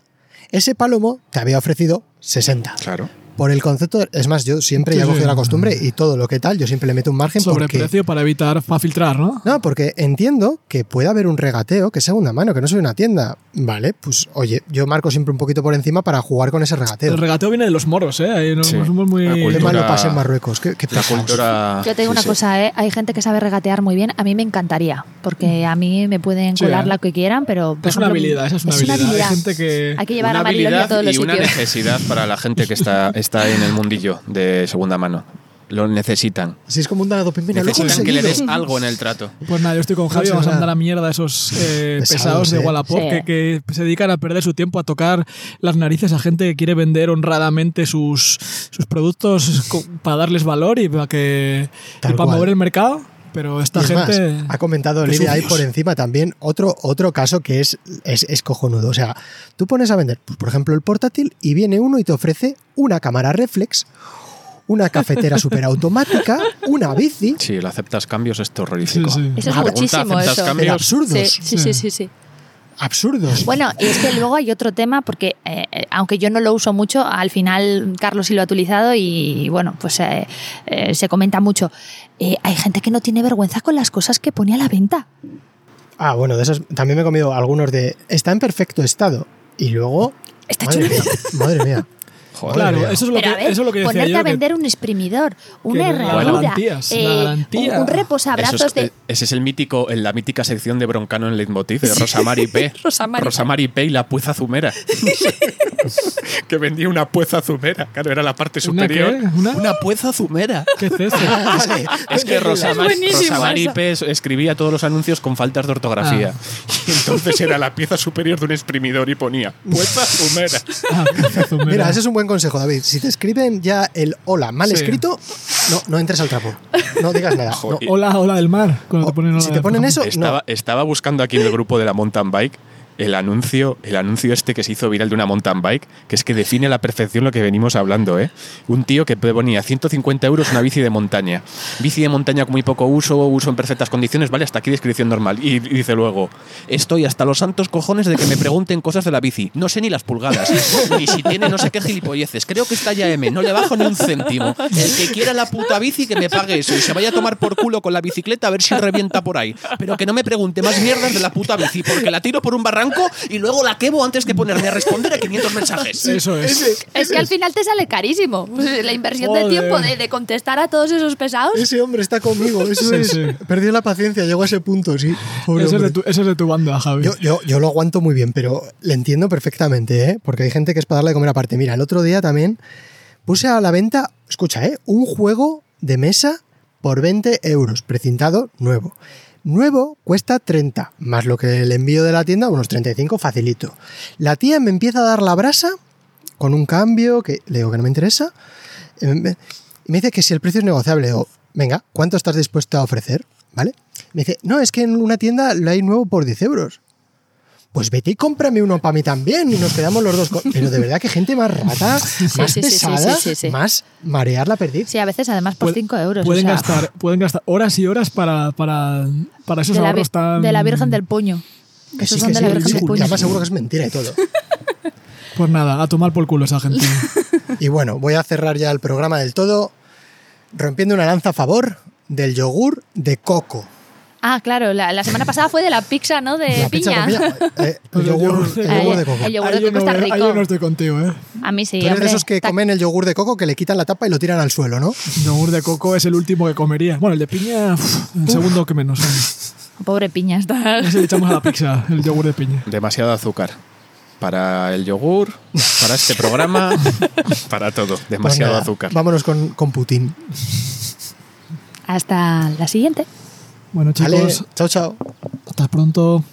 S5: ese palomo te había ofrecido 60.
S2: Claro.
S5: Por el concepto, de- es más, yo siempre
S3: Sí,
S5: ya he
S3: sí.
S5: cogido la costumbre y todo lo que tal, yo siempre le meto un margen porque...
S3: Sobreprecio para evitar, para filtrar, ¿no?
S5: No, porque entiendo que puede haber un regateo que es segunda mano, que no soy una tienda. Vale, pues oye, yo marco siempre un poquito por encima para jugar con ese regateo.
S3: El regateo viene de los moros, ¿eh? Ahí no-
S2: Sí.
S3: no somos
S2: La
S5: Qué
S3: muy...
S2: cultura-
S5: mal lo pasé en Marruecos, qué, qué
S2: La
S5: pesados.
S2: cultura.
S4: Yo te digo
S2: sí,
S4: una
S2: sí.
S4: cosa, ¿eh? hay gente que sabe regatear muy bien. A mí me encantaría, porque a mí me pueden
S3: Sí,
S4: colar
S3: ¿eh?
S4: lo que quieran, pero. por
S3: Es una
S4: ejemplo,
S3: habilidad, esa es una habilidad. Hay gente que...
S4: Hay que llevar
S2: una
S4: a Mariloli a
S2: habilidad
S4: todos los
S2: y una
S4: sitios.
S2: necesidad para la gente que está, está en el mundillo de segunda mano. Lo necesitan.
S5: Así es como un dado pin, mira, lo he
S2: Necesitan que le
S5: conseguido.
S2: des algo en el trato.
S3: Pues nada, yo estoy con Javi,
S5: sé
S3: vamos a
S5: nada.
S3: mandar a mierda a esos eh,
S5: Pesados,
S3: pesados de
S5: ¿eh?
S3: Wallapop
S4: Sí.
S3: que, que se dedican a perder su tiempo a tocar las narices a gente que quiere vender honradamente sus, sus productos co- para darles valor y para que
S5: Tal
S3: y para
S5: cual.
S3: mover el mercado. Pero esta
S5: Y es más,
S3: gente.
S5: ha comentado
S3: qué
S5: Lidia ahí
S3: sucios.
S5: por encima también otro, otro caso que es, es, es cojonudo. O sea, tú pones a vender, pues, por ejemplo, el portátil y viene uno y te ofrece una cámara reflex, una cafetera superautomática, una bici.
S2: Si lo aceptas cambios es terrorífico.
S3: Sí, sí.
S11: Eso es
S2: Una pregunta,
S11: muchísimo,
S2: ¿aceptas
S11: eso.
S5: Pero
S2: cambios?
S5: absurdos.
S11: Sí, sí, sí, sí, sí.
S5: Absurdos.
S4: Bueno, y es que luego hay otro tema, porque eh, eh, aunque yo no lo uso mucho, al final Carlos sí lo ha utilizado y, bueno, pues eh, eh, se comenta mucho. Eh, hay gente que no tiene vergüenza con las cosas que pone a la venta.
S5: Ah, bueno, de esos también me he comido algunos de está en perfecto estado. Y luego.
S4: Está
S5: madre mía, madre mía.
S2: Joder.
S5: Madre
S3: Claro,
S5: mía.
S3: eso es lo
S4: Pero
S3: que,
S4: a ver,
S3: eso es lo que decía
S4: ponerte
S3: yo,
S4: a
S3: que-
S4: vender un exprimidor, una
S3: la
S4: herradura,
S3: garantías, la
S4: eh,
S3: garantía.
S4: un, un reposabrazos
S2: Eso es-
S4: de...
S2: eh, Ese es el mítico, en la mítica sección de Broncano en Leitmotiv, de Rosamari P.
S11: Rosamari.
S2: Rosamari P. y la pueza azumera. que vendía una pueza azumera. Claro, era la parte
S3: ¿Una qué?
S2: superior.
S3: ¿Una?
S2: pueza azumera.
S3: ¿Qué es eso?
S4: Ah,
S2: Es que Rosamar-
S11: Es buenísimo
S2: Rosamari
S11: esa.
S2: P. escribía todos los anuncios con faltas de ortografía. Y entonces era la pieza superior de un exprimidor y ponía pueza azumera.
S3: Ah, cazo,
S5: Mira, ese es un buen consejo, David. Si te escriben ya el hola mal
S3: Sí.
S5: escrito, no, no entres al trapo. No digas nada.
S2: Joder.
S5: No.
S3: Hola, hola del mar. Cuando
S4: Oh,
S3: te ponen
S5: O-
S3: hola
S5: si
S3: del
S5: te ponen
S3: mar.
S5: eso,
S2: Estaba, estaba buscando aquí en el grupo de la mountain bike el anuncio, el anuncio este que se hizo viral de una mountain bike, que es que define a la perfección lo que venimos hablando, ¿eh? Un tío que ponía 150 euros una bici de montaña. Bici de montaña con muy poco uso, uso en perfectas condiciones, vale, hasta aquí descripción normal. Y, y dice luego, estoy hasta los santos cojones de que me pregunten cosas de la bici. No sé ni las pulgadas, ni si tiene no sé qué gilipolleces. Creo que es talla M, no le bajo ni un céntimo. El que quiera la puta bici que me pague eso y se vaya a tomar por culo con la bicicleta a ver si revienta por ahí. Pero que no me pregunte más mierdas de la puta bici, porque la tiro por un barranco y luego la quebo antes que ponerme a responder a 500 mensajes.
S3: Eso es.
S11: Es que al final te sale carísimo.
S4: Pues, eh,
S11: La inversión
S3: Joder.
S11: de tiempo de, de contestar a todos esos pesados.
S5: no. Ese hombre está conmigo. Eso
S3: Sí,
S5: es.
S3: sí.
S5: Perdió la paciencia, llegó a ese punto, sí. Pobre
S3: Ese es,
S5: hombre.
S3: de tu, ese es de tu banda, Javi.
S5: Yo, yo- yo lo aguanto muy bien, pero le entiendo perfectamente, ¿eh? Porque hay gente que es para darle de comer aparte. Mira, el otro día también puse a la venta, escucha, ¿eh? Un juego de mesa por 20 euros, precintado nuevo. Nuevo cuesta 30, más lo que el envío de la tienda, unos 35, facilito. La tía me empieza a dar la brasa con un cambio que le digo que no me interesa. Y me y me dice que si el precio es negociable, o venga, ¿cuánto estás dispuesto a ofrecer? ¿Vale? Me dice, no, es que en una tienda lo hay nuevo por 10 euros. Pues vete y cómprame uno para mí también y nos quedamos los dos. con- Pero de verdad que gente más rata, más
S11: sí, sí, sí,
S5: pesada,
S11: sí, sí, sí.
S5: más marear la perdiz.
S4: Sí, a veces además por
S3: Pueden-
S4: 5 euros.
S3: Pues Pueden,
S4: o sea,
S3: gastar, pueden gastar horas y horas para, para, para esos
S4: de la,
S3: ahorros
S4: vi-
S3: tan.
S4: de la Virgen del Puño.
S5: Que
S4: Esos
S5: sí,
S4: son
S5: que
S4: de
S5: sí,
S4: la
S5: que
S4: Virgen
S5: sí.
S4: del
S5: Ya
S4: Puño.
S5: más seguro que es mentira y todo.
S3: Pues nada, a tomar por culo esa gente.
S5: Y bueno, voy a cerrar ya el programa del todo rompiendo una lanza a favor del yogur de coco.
S4: Ah, claro, la, la semana pasada fue de la pizza, ¿no? De
S5: La pizza
S4: Eh, piña.
S5: con piña, eh, el
S3: El
S5: yogur,
S3: yogur de
S5: el
S4: Ah,
S5: yogur
S4: ya.
S5: de coco.
S4: El yogur de
S3: Ahí yo
S4: coco
S3: no-
S4: está
S3: Ahí yo no
S4: rico.
S3: estoy contigo, ¿eh?
S4: A mí sí,
S5: Tú eres de
S4: hombre.
S5: esos que
S4: Está-
S5: comen el yogur de coco que le quitan la tapa y lo tiran al suelo, ¿no?
S3: Yogur de coco es el último que comería. Bueno, el de piña, uf, el segundo que menos. ¿eh?
S4: Pobre piña, está.
S3: Ese le echamos a la pizza, el yogur de piña.
S2: Demasiado azúcar. Para el yogur, para este programa, para todo.
S5: Pues
S2: Demasiado
S5: nada,
S2: azúcar.
S5: Vámonos con, con Putin.
S4: Hasta la siguiente.
S3: Bueno,
S5: Vale,
S3: chicos,
S5: chao, chao.
S3: hasta pronto.